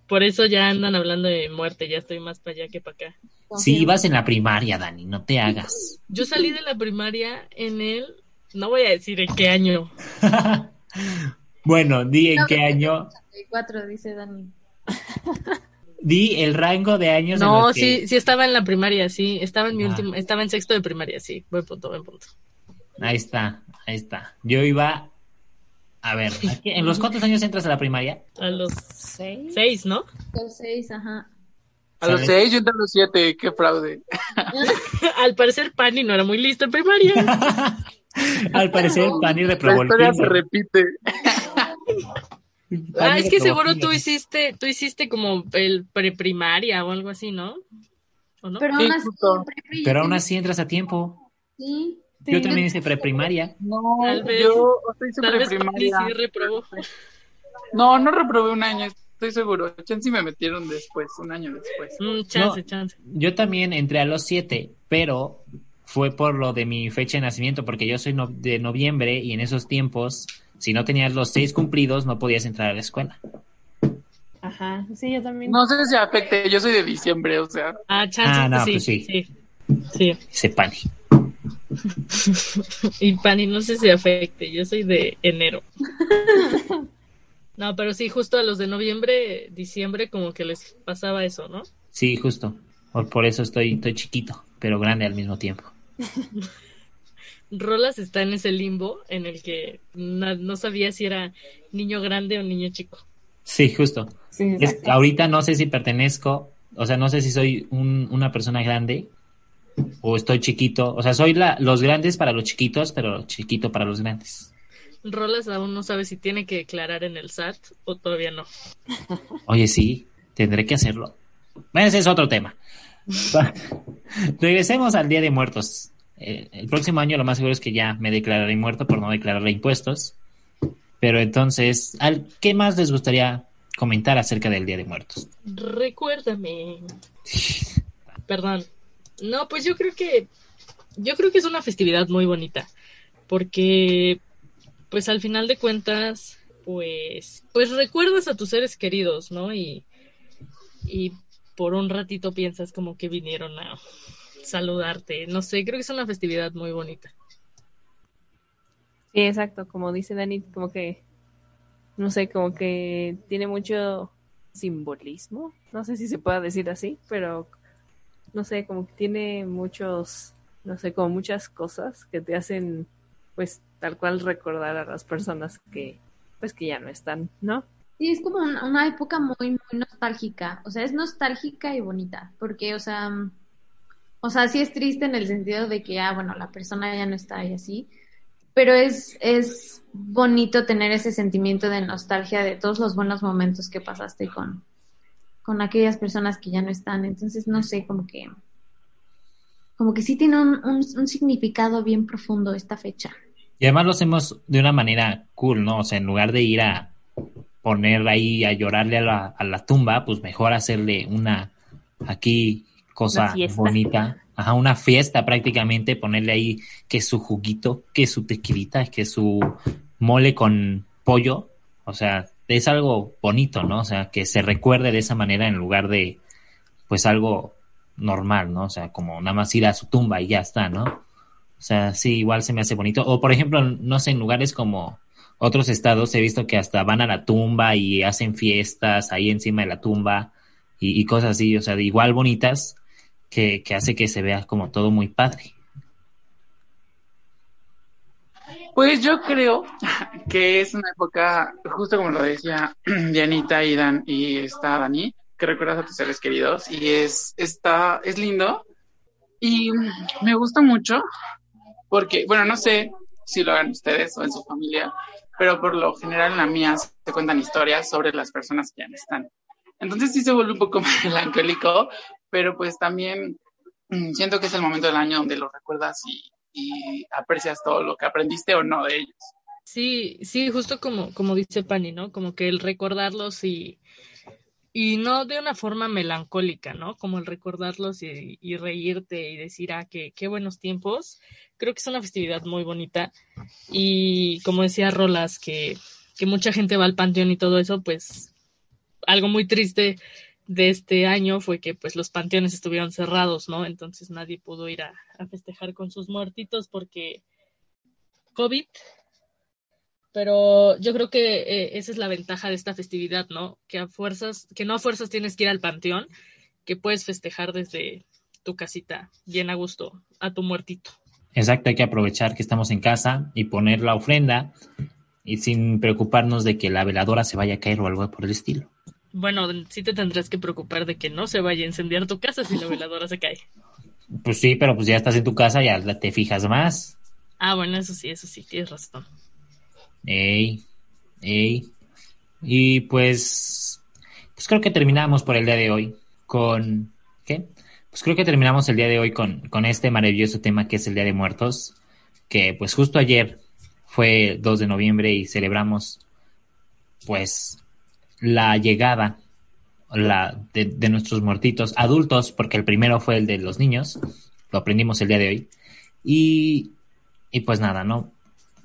[SPEAKER 2] Por eso ya andan hablando de muerte, ya estoy más para allá que para acá.
[SPEAKER 5] Sí,
[SPEAKER 3] Confirmo.
[SPEAKER 5] ibas en la primaria, Dani, no te hagas.
[SPEAKER 2] Yo salí de la primaria en el, no voy a decir en qué año,
[SPEAKER 5] bueno, di en qué año,
[SPEAKER 3] 84, dice Dani.
[SPEAKER 5] di el rango de años. en
[SPEAKER 2] No,
[SPEAKER 5] los que-
[SPEAKER 2] sí, sí estaba en la primaria, sí, estaba en mi
[SPEAKER 5] Ah.
[SPEAKER 2] último, estaba en sexto de primaria, sí, buen punto, buen punto.
[SPEAKER 5] Ahí está, ahí está. Yo iba. A ver, ¿a qué- ¿en
[SPEAKER 2] Mm.
[SPEAKER 5] los cuántos años entras a la primaria?
[SPEAKER 2] A los
[SPEAKER 4] ¿Seis?
[SPEAKER 2] seis, ¿no? (laughs)
[SPEAKER 3] Los seis, ajá.
[SPEAKER 1] A
[SPEAKER 2] Ah,
[SPEAKER 1] los
[SPEAKER 5] ¿Sabes?
[SPEAKER 1] seis, yo entré a los siete, qué fraude.
[SPEAKER 2] Al parecer Pani no era muy lista en
[SPEAKER 5] (laughs)
[SPEAKER 2] primaria.
[SPEAKER 5] Al parecer, Pani
[SPEAKER 1] La
[SPEAKER 5] reprobó el
[SPEAKER 1] historia se
[SPEAKER 5] kinder.
[SPEAKER 1] repite.
[SPEAKER 5] Pani
[SPEAKER 2] ah, es que
[SPEAKER 5] reprobó
[SPEAKER 2] seguro
[SPEAKER 5] kinder.
[SPEAKER 2] tú hiciste, tú hiciste como el preprimaria o algo así, ¿no? ¿O no?
[SPEAKER 3] Pero
[SPEAKER 1] Sí,
[SPEAKER 3] aún así,
[SPEAKER 1] justo.
[SPEAKER 3] prefe, yo
[SPEAKER 5] Pero aún
[SPEAKER 3] tengo-
[SPEAKER 5] así entras a tiempo.
[SPEAKER 3] sí.
[SPEAKER 5] Yo también hice preprimaria.
[SPEAKER 1] No,
[SPEAKER 2] Tal vez-
[SPEAKER 1] yo estoy
[SPEAKER 2] Tal
[SPEAKER 1] súper
[SPEAKER 2] vez Pani
[SPEAKER 1] primaria.
[SPEAKER 2] sí reprobó.
[SPEAKER 1] No, no reprobé un año, estoy seguro. Chance me metieron después, un año después.
[SPEAKER 2] Mm, chance,
[SPEAKER 5] No.
[SPEAKER 2] chance.
[SPEAKER 5] Yo también entré a los siete, pero fue por lo de mi fecha de nacimiento, porque yo soy no- de noviembre y en esos tiempos, si no tenías los seis cumplidos, no podías entrar a la escuela.
[SPEAKER 4] Ajá, sí, yo también.
[SPEAKER 1] No sé si afecte, yo soy de diciembre, o sea.
[SPEAKER 2] Ah, chance,
[SPEAKER 5] Ah, no,
[SPEAKER 2] sí,
[SPEAKER 5] pues sí.
[SPEAKER 2] sí, sí.
[SPEAKER 5] Se pani.
[SPEAKER 2] Y Pani no sé si afecte, yo soy de enero. No, pero sí, justo a los de noviembre, diciembre, como que les pasaba eso, ¿no?
[SPEAKER 5] Sí, justo. Por, por eso estoy, estoy chiquito. pero grande al mismo tiempo.
[SPEAKER 2] Rolas está en ese limbo en el que na- no sabía si era niño grande o niño chico.
[SPEAKER 5] Sí, justo.
[SPEAKER 6] Sí,
[SPEAKER 5] Es-
[SPEAKER 6] exacto.
[SPEAKER 5] ahorita no sé si pertenezco, o sea, no sé si soy un- una persona grande o estoy chiquito. O sea, soy la, los grandes para los chiquitos, pero chiquito para los grandes.
[SPEAKER 2] Rolas aún no sabe si tiene que declarar en el SAT o todavía no.
[SPEAKER 5] Oye, sí, tendré que hacerlo. Bueno, Ese es otro tema. Va. (laughs) Regresemos al Día de Muertos. Eh, el próximo año lo más seguro es que ya me declararé muerto por no declararle impuestos. Pero entonces, ¿al, ¿qué más les gustaría comentar acerca del Día de Muertos?
[SPEAKER 2] Recuérdame. Perdón. No, pues yo creo que yo creo que es una festividad muy bonita porque pues al final de cuentas pues pues recuerdas a tus seres queridos, ¿no? Y y por un ratito piensas como que vinieron a saludarte. No sé, creo que es una festividad muy bonita.
[SPEAKER 4] Sí, exacto, como dice Dani, como que, no sé, como que tiene mucho simbolismo, no sé si se pueda decir así, pero no sé, como que tiene muchos, no sé, como muchas cosas que te hacen, pues, tal cual recordar a las personas que, pues, que ya no están, ¿no?
[SPEAKER 3] Sí, es como una, una época muy, muy nostálgica. O sea, es nostálgica y bonita, porque, o sea, mm, o sea, sí es triste en el sentido de que, ah, bueno, la persona ya no está y así, pero es, es bonito tener ese sentimiento de nostalgia de todos los buenos momentos que pasaste con, con aquellas personas que ya no están. Entonces, no sé, como que, como que sí tiene un, un, un significado bien profundo esta fecha.
[SPEAKER 5] Y además lo hacemos de una manera cool, ¿no? O sea, en lugar de ir a poner ahí a llorarle a la, a la tumba, pues mejor hacerle una aquí cosa
[SPEAKER 4] Una fiesta.
[SPEAKER 5] bonita. Ajá, una fiesta prácticamente, ponerle ahí que su juguito, que su tequilita, que su mole con pollo. O sea, es algo bonito, ¿no? O sea, que se recuerde de esa manera en lugar de, pues, algo normal, ¿no? O sea, como nada más ir a su tumba y ya está, ¿no? O sea, sí, igual se me hace bonito. O por ejemplo, no sé, en lugares como otros estados he visto que hasta van a la tumba y hacen fiestas ahí encima de la tumba y, y cosas así, o sea, de igual bonitas que, que hace que se vea como todo muy padre.
[SPEAKER 1] Pues yo creo (laughs) que es una época, justo como lo decía (clears throat) Dianita y Dan y está Dani, que recuerdas a tus seres queridos y es está es lindo y me gusta mucho porque bueno no sé si lo hagan ustedes o en su familia, pero por lo general en la mía se cuentan historias sobre las personas que ya no están. Entonces sí se vuelve un poco (laughs) melancólico, pero pues también mm, siento que es el momento del año donde lo recuerdas y y aprecias todo lo que aprendiste o no de ellos.
[SPEAKER 2] Sí, sí, justo como, como dice Pani, ¿no? Como que el recordarlos y, y no de una forma melancólica, ¿no? Como el recordarlos y, y reírte y decir, ah, qué, qué buenos tiempos. Creo que es una festividad muy bonita. Y como decía Rolas, que, que mucha gente va al panteón y todo eso, pues algo muy triste de este año fue que pues los panteones estuvieron cerrados, ¿no? Entonces nadie pudo ir a, a festejar con sus muertitos porque COVID pero yo creo que eh, esa es la ventaja de esta festividad, ¿no? Que a fuerzas, que no a fuerzas tienes que ir al panteón, que puedes festejar desde tu casita, bien a gusto, a tu muertito.
[SPEAKER 5] Exacto, hay que aprovechar que estamos en casa y poner la ofrenda y sin preocuparnos de que la veladora se vaya a caer o algo por el estilo.
[SPEAKER 2] Bueno, sí te tendrás que preocupar de que no se vaya a incendiar tu casa si la veladora se cae.
[SPEAKER 5] Pues sí, pero pues ya estás en tu casa, ya la- te fijas más.
[SPEAKER 2] Ah, bueno, eso sí, eso sí, tienes razón.
[SPEAKER 5] Ey, ey. Y pues, pues creo que terminamos por el día de hoy con, ¿qué? Pues creo que terminamos el día de hoy con, con este maravilloso tema que es el Día de Muertos, que pues justo ayer fue 2 de noviembre y celebramos pues la llegada la, de, de nuestros muertitos adultos, porque el primero fue el de los niños, lo aprendimos el día de hoy. Y, y pues nada, ¿no?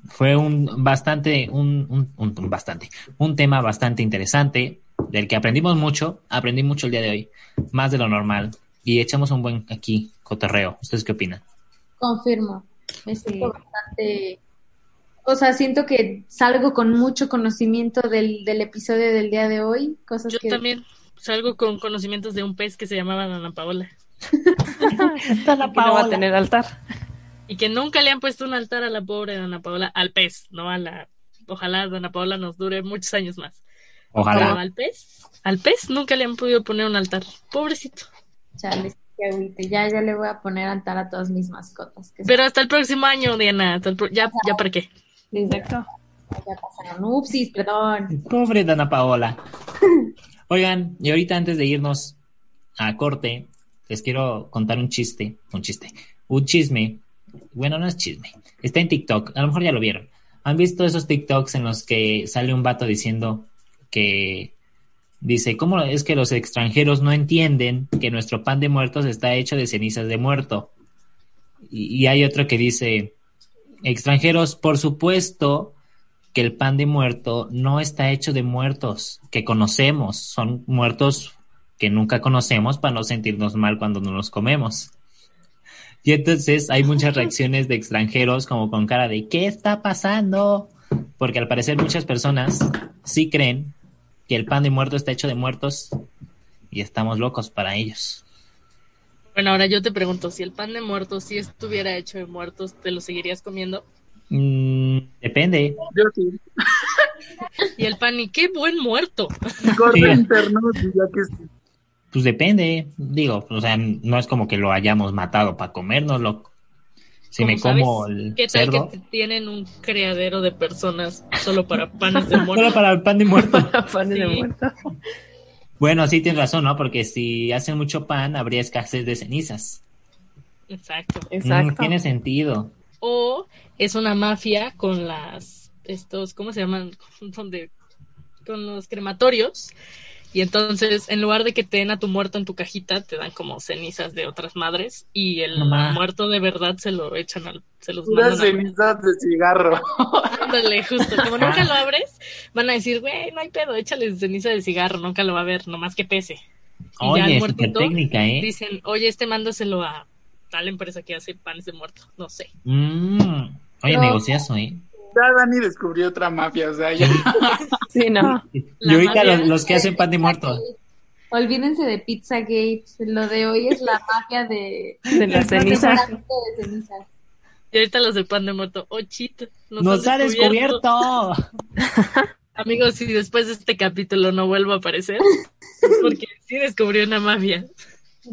[SPEAKER 5] fue un bastante, un, un- un- un bastante, un tema bastante interesante del que aprendimos mucho, aprendí mucho el día de hoy, más de lo normal, y echamos un buen aquí cotorreo. ¿Ustedes qué opinan?
[SPEAKER 3] Confirmo. Me siento
[SPEAKER 4] Sí.
[SPEAKER 3] bastante. O sea, siento que salgo con mucho conocimiento del, del episodio del día de hoy. Cosas
[SPEAKER 2] Yo
[SPEAKER 3] que.
[SPEAKER 2] también salgo con conocimientos de un pez que se llamaba Ana Paola.
[SPEAKER 4] la que no va a tener altar.
[SPEAKER 2] Y que nunca le han puesto un altar a la pobre Dana Paola, al pez, no a la. Ojalá Dana Paola nos dure muchos años más.
[SPEAKER 5] Ojalá.
[SPEAKER 2] Pero al pez, al pez nunca le han podido poner un altar. Pobrecito.
[SPEAKER 3] Chale, qué agüite. Ya, ya le voy a poner altar a todas mis mascotas. Que
[SPEAKER 2] Pero hasta el próximo año, Diana. hasta el pro- Ya, ya para qué.
[SPEAKER 4] Exacto. (laughs)
[SPEAKER 3] ya pasaron. Upsis, perdón.
[SPEAKER 5] Pobre Dana Paola. Oigan, y ahorita antes de irnos a corte, les quiero contar un chiste, un chiste, un chisme. Bueno, no es chisme. Está en TikTok, a lo mejor ya lo vieron. ¿Han visto esos TikToks en los que sale un vato diciendo que dice, ¿cómo es que los extranjeros no entienden que nuestro pan de muertos está hecho de cenizas de muerto? Y- y hay otro que dice, extranjeros, por supuesto que el pan de muerto no está hecho de muertos que conocemos, son muertos que nunca conocemos para no sentirnos mal cuando no los comemos. Y entonces hay muchas reacciones de extranjeros como con cara de ¿qué está pasando? Porque al parecer muchas personas sí creen que el pan de muerto está hecho de muertos y estamos locos para ellos.
[SPEAKER 2] Bueno, ahora yo te pregunto, si el pan de muertos, si estuviera hecho de muertos, ¿te lo seguirías comiendo?
[SPEAKER 5] Mm, depende.
[SPEAKER 1] Yo sí.
[SPEAKER 2] Y el pan, y qué buen muerto.
[SPEAKER 1] Corte
[SPEAKER 5] Sí.
[SPEAKER 1] interno, diría que sí.
[SPEAKER 5] Pues depende, digo, o sea, no es como que lo hayamos matado para comérnoslo. Si
[SPEAKER 2] ¿Cómo
[SPEAKER 5] me como
[SPEAKER 2] sabes?
[SPEAKER 5] el
[SPEAKER 2] ¿Qué tal
[SPEAKER 5] cerdo,
[SPEAKER 2] que tienen un criadero de personas solo para panes de
[SPEAKER 5] solo (laughs)
[SPEAKER 2] muertos?
[SPEAKER 5] para el pan de muerto.
[SPEAKER 4] Panes de
[SPEAKER 2] Sí.
[SPEAKER 4] muerto.
[SPEAKER 5] (laughs) bueno, sí tienes razón, ¿no? Porque si hacen mucho pan, habría escasez de cenizas.
[SPEAKER 2] Exacto.
[SPEAKER 5] Mm,
[SPEAKER 4] Exacto.
[SPEAKER 5] tiene sentido.
[SPEAKER 2] O es una mafia con las, estos, ¿cómo se llaman? (laughs) Donde, con los crematorios. Y entonces, en lugar de que te den a tu muerto en tu cajita, te dan como cenizas de otras madres y el
[SPEAKER 5] Mamá.
[SPEAKER 2] muerto de verdad se lo echan al, se los
[SPEAKER 1] Puras
[SPEAKER 2] mandan a-
[SPEAKER 1] cenizas de cigarro. (laughs)
[SPEAKER 2] Ándale, justo. Como
[SPEAKER 5] Ah.
[SPEAKER 2] nunca lo abres, van a decir, güey, no hay pedo, échale ceniza de cigarro, nunca lo va a ver, nomás que pese. Y ya
[SPEAKER 5] Oye,
[SPEAKER 2] el
[SPEAKER 5] es súper
[SPEAKER 2] muertito
[SPEAKER 5] técnica, ¿eh?
[SPEAKER 2] dicen, oye, este mándaselo a tal empresa que hace panes de muerto, no sé.
[SPEAKER 5] Mm, oye,
[SPEAKER 3] No.
[SPEAKER 5] negociazo, ¿eh?
[SPEAKER 1] Ya Dani descubrió otra mafia, o sea, ya.
[SPEAKER 4] Sí, no.
[SPEAKER 5] Y ahorita
[SPEAKER 2] mafia.
[SPEAKER 5] los, los que hacen pan de muerto.
[SPEAKER 3] Olvídense de Pizzagate. Lo de hoy es la mafia de...
[SPEAKER 4] De la ceniza.
[SPEAKER 3] de cenizas.
[SPEAKER 2] Y ahorita los del pan de muerto, oh, chit, nos,
[SPEAKER 5] ¡Nos ha descubierto!
[SPEAKER 2] Amigos, si después de este capítulo no vuelvo a aparecer, es
[SPEAKER 5] (laughs)
[SPEAKER 2] porque sí descubrió una mafia.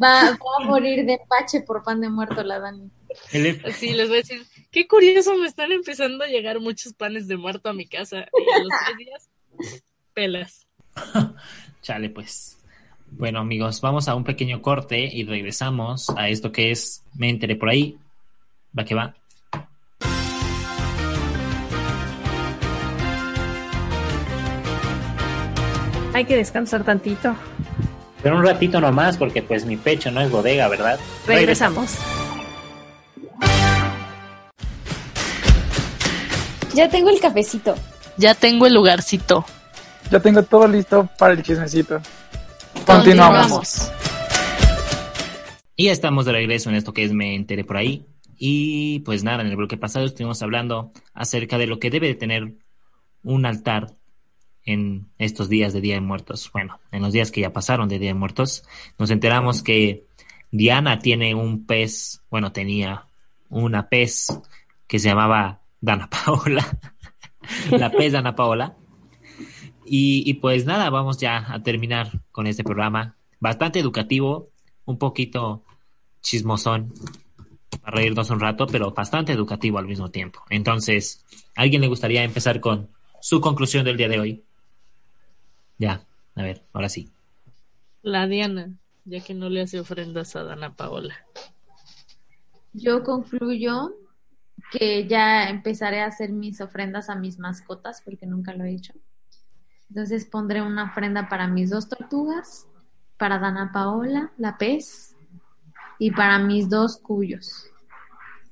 [SPEAKER 3] Va, va a morir de pache por pan de muerto la Dani.
[SPEAKER 5] El (laughs) F-
[SPEAKER 2] Así les voy a decir, qué curioso, me están empezando a llegar muchos panes de muerto a mi casa. Y a los tres días, pelas.
[SPEAKER 5] Chale, pues. Bueno, amigos, vamos a un pequeño corte y regresamos a esto que es Me enteré por ahí. Va que va.
[SPEAKER 4] Hay que descansar tantito.
[SPEAKER 5] Pero un ratito nomás, porque pues mi pecho no es bodega, ¿verdad?
[SPEAKER 4] Regresamos.
[SPEAKER 6] Ya tengo el cafecito.
[SPEAKER 2] Ya tengo el lugarcito.
[SPEAKER 1] Ya tengo todo listo para el chismecito. Continuamos.
[SPEAKER 5] Y ya estamos de regreso en esto que es Me enteré por ahí. Y pues nada, en el bloque pasado estuvimos hablando acerca de lo que debe de tener un altar en estos días de Día de Muertos. Bueno, en los días que ya pasaron de Día de Muertos, nos enteramos que Diana tiene un pez, bueno, tenía una pez que se llamaba Dana (laughs) Paola. La pez Dana Paola. Y, y pues nada, vamos ya a terminar con este programa. Bastante educativo, un poquito chismosón para reírnos un rato, pero bastante educativo al mismo tiempo. Entonces, ¿a alguien le gustaría empezar con su conclusión del día de hoy? Ya, a ver, ahora sí.
[SPEAKER 2] La Diana, ya que no le hace ofrendas a Dana Paola.
[SPEAKER 3] Yo concluyo que ya empezaré a hacer mis ofrendas a mis mascotas porque nunca lo he hecho. Entonces pondré una ofrenda para mis dos tortugas, para Dana Paola, la pez, y para mis dos cuyos.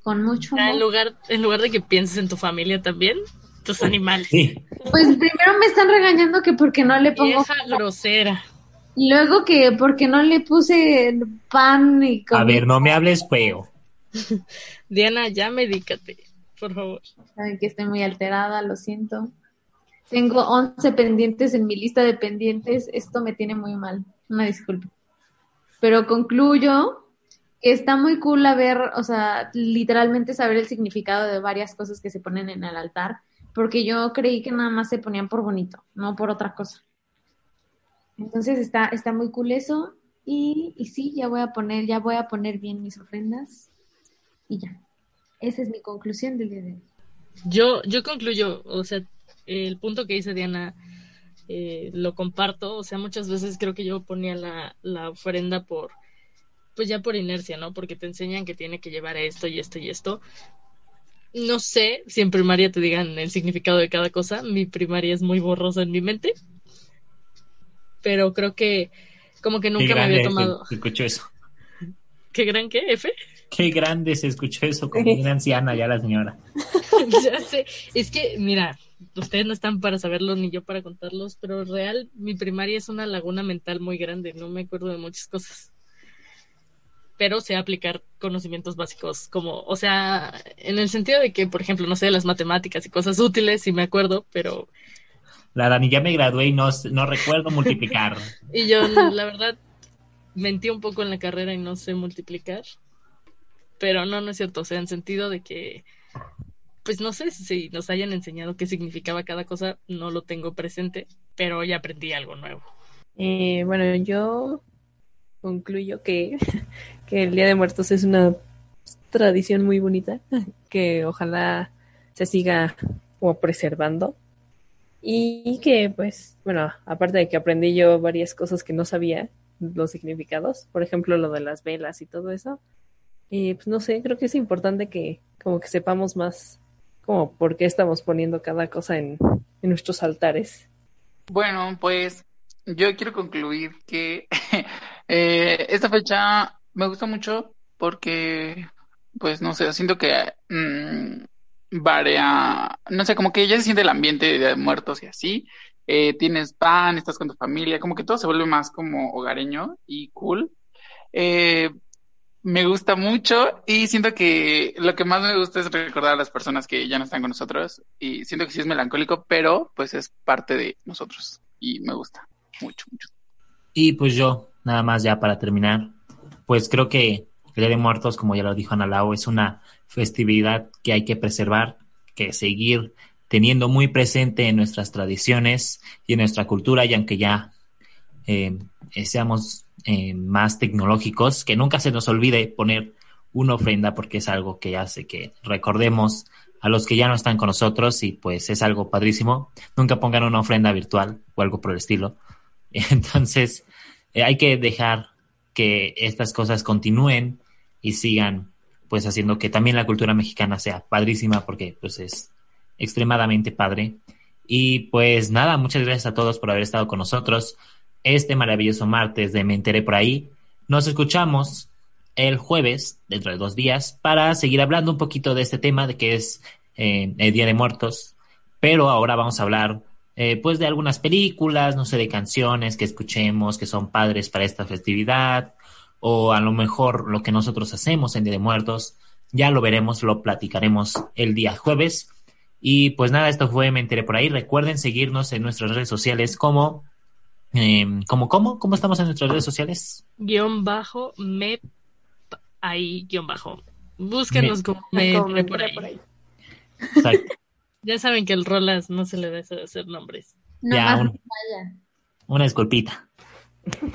[SPEAKER 3] Con mucho
[SPEAKER 2] Ya, Ah, en
[SPEAKER 3] amor.
[SPEAKER 2] lugar, en lugar de que pienses en tu familia también, tus animales.
[SPEAKER 5] Sí,
[SPEAKER 3] Pues primero me están regañando que porque no le pongo,
[SPEAKER 2] Vieja grosera.
[SPEAKER 3] luego que porque no le puse pan y
[SPEAKER 5] a
[SPEAKER 3] comida.
[SPEAKER 5] ver, no me hables feo.
[SPEAKER 2] Diana, ya medícate, por favor.
[SPEAKER 3] Saben que estoy muy alterada, lo siento. Tengo 11 pendientes en mi lista de pendientes. Esto me tiene muy mal. Una disculpa. Pero concluyo Está muy cool haber, o sea, literalmente saber el significado de varias cosas que se ponen en el altar, porque yo creí que nada más se ponían por bonito, no por otra cosa. Entonces está, está muy cool eso. Y, y sí, ya voy a poner, ya voy a poner bien mis ofrendas. Y ya. Esa es mi conclusión del día de hoy.
[SPEAKER 2] Yo, yo concluyo, o sea, el punto que dice Diana eh, lo comparto, o sea, muchas veces creo que yo ponía la, la ofrenda por, pues ya por inercia, ¿no? Porque te enseñan que tiene que llevar esto y esto y esto. No sé si en primaria te digan el significado de cada cosa, mi primaria es muy borrosa en mi mente, pero creo que como que
[SPEAKER 5] Qué
[SPEAKER 2] nunca me
[SPEAKER 5] grande
[SPEAKER 2] había
[SPEAKER 5] se-
[SPEAKER 2] tomado.
[SPEAKER 5] se escuchó eso.
[SPEAKER 2] ¿Qué gran qué, F?
[SPEAKER 5] Qué grande se escuchó eso, como bien anciana ya la señora.
[SPEAKER 2] (laughs) ya sé. Es que, mira, ustedes no están para saberlo ni yo para contarlos, pero real, mi primaria es una laguna mental muy grande, no me acuerdo de muchas cosas. Pero sé aplicar conocimientos básicos, como, o sea, en el sentido de que, por ejemplo, no sé, las matemáticas y cosas útiles, sí me acuerdo, pero.
[SPEAKER 5] La Dani, ya me gradué y no, no recuerdo multiplicar.
[SPEAKER 2] Y (laughs) yo, la verdad, mentí un poco en la carrera y no sé multiplicar. Pero no, no es cierto. O sea, en sentido de que, pues no sé si nos hayan enseñado qué significaba cada cosa, no lo tengo presente, pero hoy aprendí algo nuevo.
[SPEAKER 4] Eh, bueno, yo concluyo que, (laughs) que el Día de Muertos es una tradición muy bonita (laughs) que ojalá se siga como preservando y que pues, bueno, aparte de que aprendí yo varias cosas que no sabía los significados, por ejemplo lo de las velas y todo eso, y pues no sé, creo que es importante que como que sepamos más como por qué estamos poniendo cada cosa en, en nuestros altares.
[SPEAKER 1] Bueno, pues yo quiero concluir que (laughs) eh, esta fecha me gusta mucho porque, pues no sé, siento que mm, varía, no sé, como que ya se siente el ambiente de muertos y así. Eh, tienes pan, estás con tu familia, como que todo se vuelve más como hogareño y cool. Eh, me gusta mucho y siento que lo que más me gusta es recordar a las personas que ya no están con nosotros y siento que sí es melancólico, pero pues es parte de nosotros y me gusta mucho, mucho.
[SPEAKER 5] Y pues yo, nada más ya para terminar, pues creo que el Día de Muertos, como ya lo dijo Ana Lau, es una festividad que hay que preservar, que seguir teniendo muy presente en nuestras tradiciones y en nuestra cultura, y aunque ya eh, eh, seamos eh, más tecnológicos, que nunca se nos olvide poner una ofrenda porque es algo que hace que recordemos a los que ya no están con nosotros y pues es algo padrísimo. Nunca pongan una ofrenda virtual o algo por el estilo. (laughs) Entonces, eh, hay que dejar que estas cosas continúen y sigan, pues, haciendo que también la cultura mexicana sea padrísima, porque, pues, es extremadamente padre. Y, pues, nada, muchas gracias a todos por haber estado con nosotros este maravilloso martes de Me Enteré Por Ahí. Nos escuchamos el jueves, dentro de dos días, para seguir hablando un poquito de este tema de que es eh, el Día de Muertos. Pero ahora vamos a hablar eh, pues de algunas películas, no sé, de canciones que escuchemos que son padres para esta festividad, o a lo mejor lo que nosotros hacemos en Día de Muertos, ya lo veremos, lo platicaremos el día jueves. Y pues nada, esto fue Me Enteré por ahí. Recuerden seguirnos en nuestras redes sociales como, eh, como, ¿cómo? ¿Cómo estamos en nuestras redes sociales?
[SPEAKER 2] Guión bajo, me. Ahí, guión bajo. Búsquenos como me
[SPEAKER 4] Como
[SPEAKER 2] enteré por ahí.
[SPEAKER 4] por ahí.
[SPEAKER 5] O sea,
[SPEAKER 2] (laughs) Ya saben que el Rolas no se le da eso de hacer nombres.
[SPEAKER 3] No
[SPEAKER 5] Ya,
[SPEAKER 3] más
[SPEAKER 5] un-
[SPEAKER 3] no vaya.
[SPEAKER 5] una disculpita.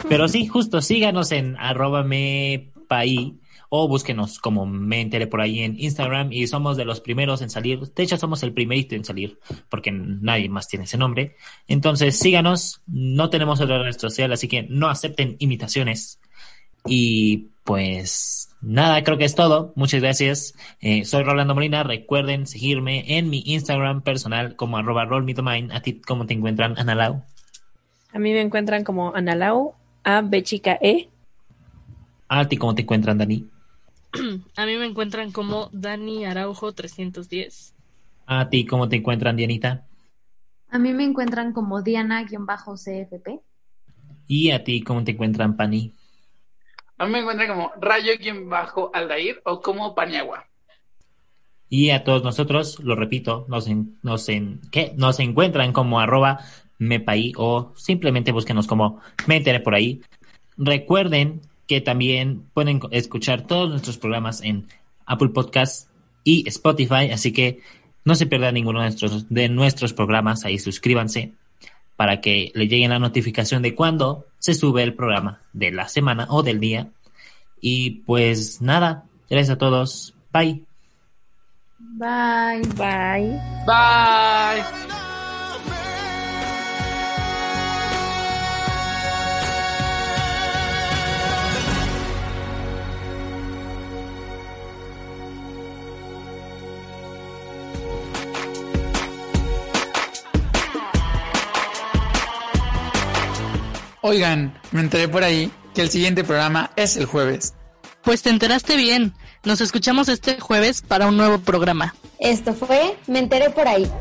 [SPEAKER 5] Pero sí, justo, síganos en arroba me paí o búsquenos como me enteré por ahí en Instagram y somos de los primeros en salir. De hecho, somos el primerito en salir porque nadie más tiene ese nombre. Entonces, síganos. No tenemos otra red social, así que no acepten imitaciones. Y pues nada, creo que es todo. Muchas gracias. Eh, soy Rolando Molina. Recuerden seguirme en mi Instagram personal como arroba rollmitomind. A ti, ¿cómo te encuentran, Analao?
[SPEAKER 4] A mí me encuentran como Analao, A, B chica E.
[SPEAKER 5] A ti, ¿cómo te encuentran, Dani?
[SPEAKER 2] A mí me encuentran como Dani Araujo 310.
[SPEAKER 5] A ti, ¿cómo te encuentran, Dianita?
[SPEAKER 3] A mí me encuentran como Diana-CFP.
[SPEAKER 5] Y a ti, ¿cómo te encuentran, Pani?
[SPEAKER 1] A mí me encuentra como rayo-aldair o como paniagua.
[SPEAKER 5] Y a todos nosotros, lo repito, nos, en- nos, en- ¿qué? nos encuentran como arroba mepaí o simplemente búsquenos como me enteré por ahí. Recuerden que también pueden escuchar todos nuestros programas en Apple Podcasts y Spotify, así que no se pierdan ninguno de nuestros, de nuestros programas, ahí suscríbanse para que le lleguen la notificación de cuando se sube el programa de la semana o del día. Y pues nada, gracias a todos, bye.
[SPEAKER 3] Bye.
[SPEAKER 4] Bye.
[SPEAKER 1] Bye. Oigan, me enteré por ahí que el siguiente programa es el jueves.
[SPEAKER 2] Pues te enteraste bien. Nos escuchamos este jueves para un nuevo programa.
[SPEAKER 6] Esto fue Me enteré por ahí.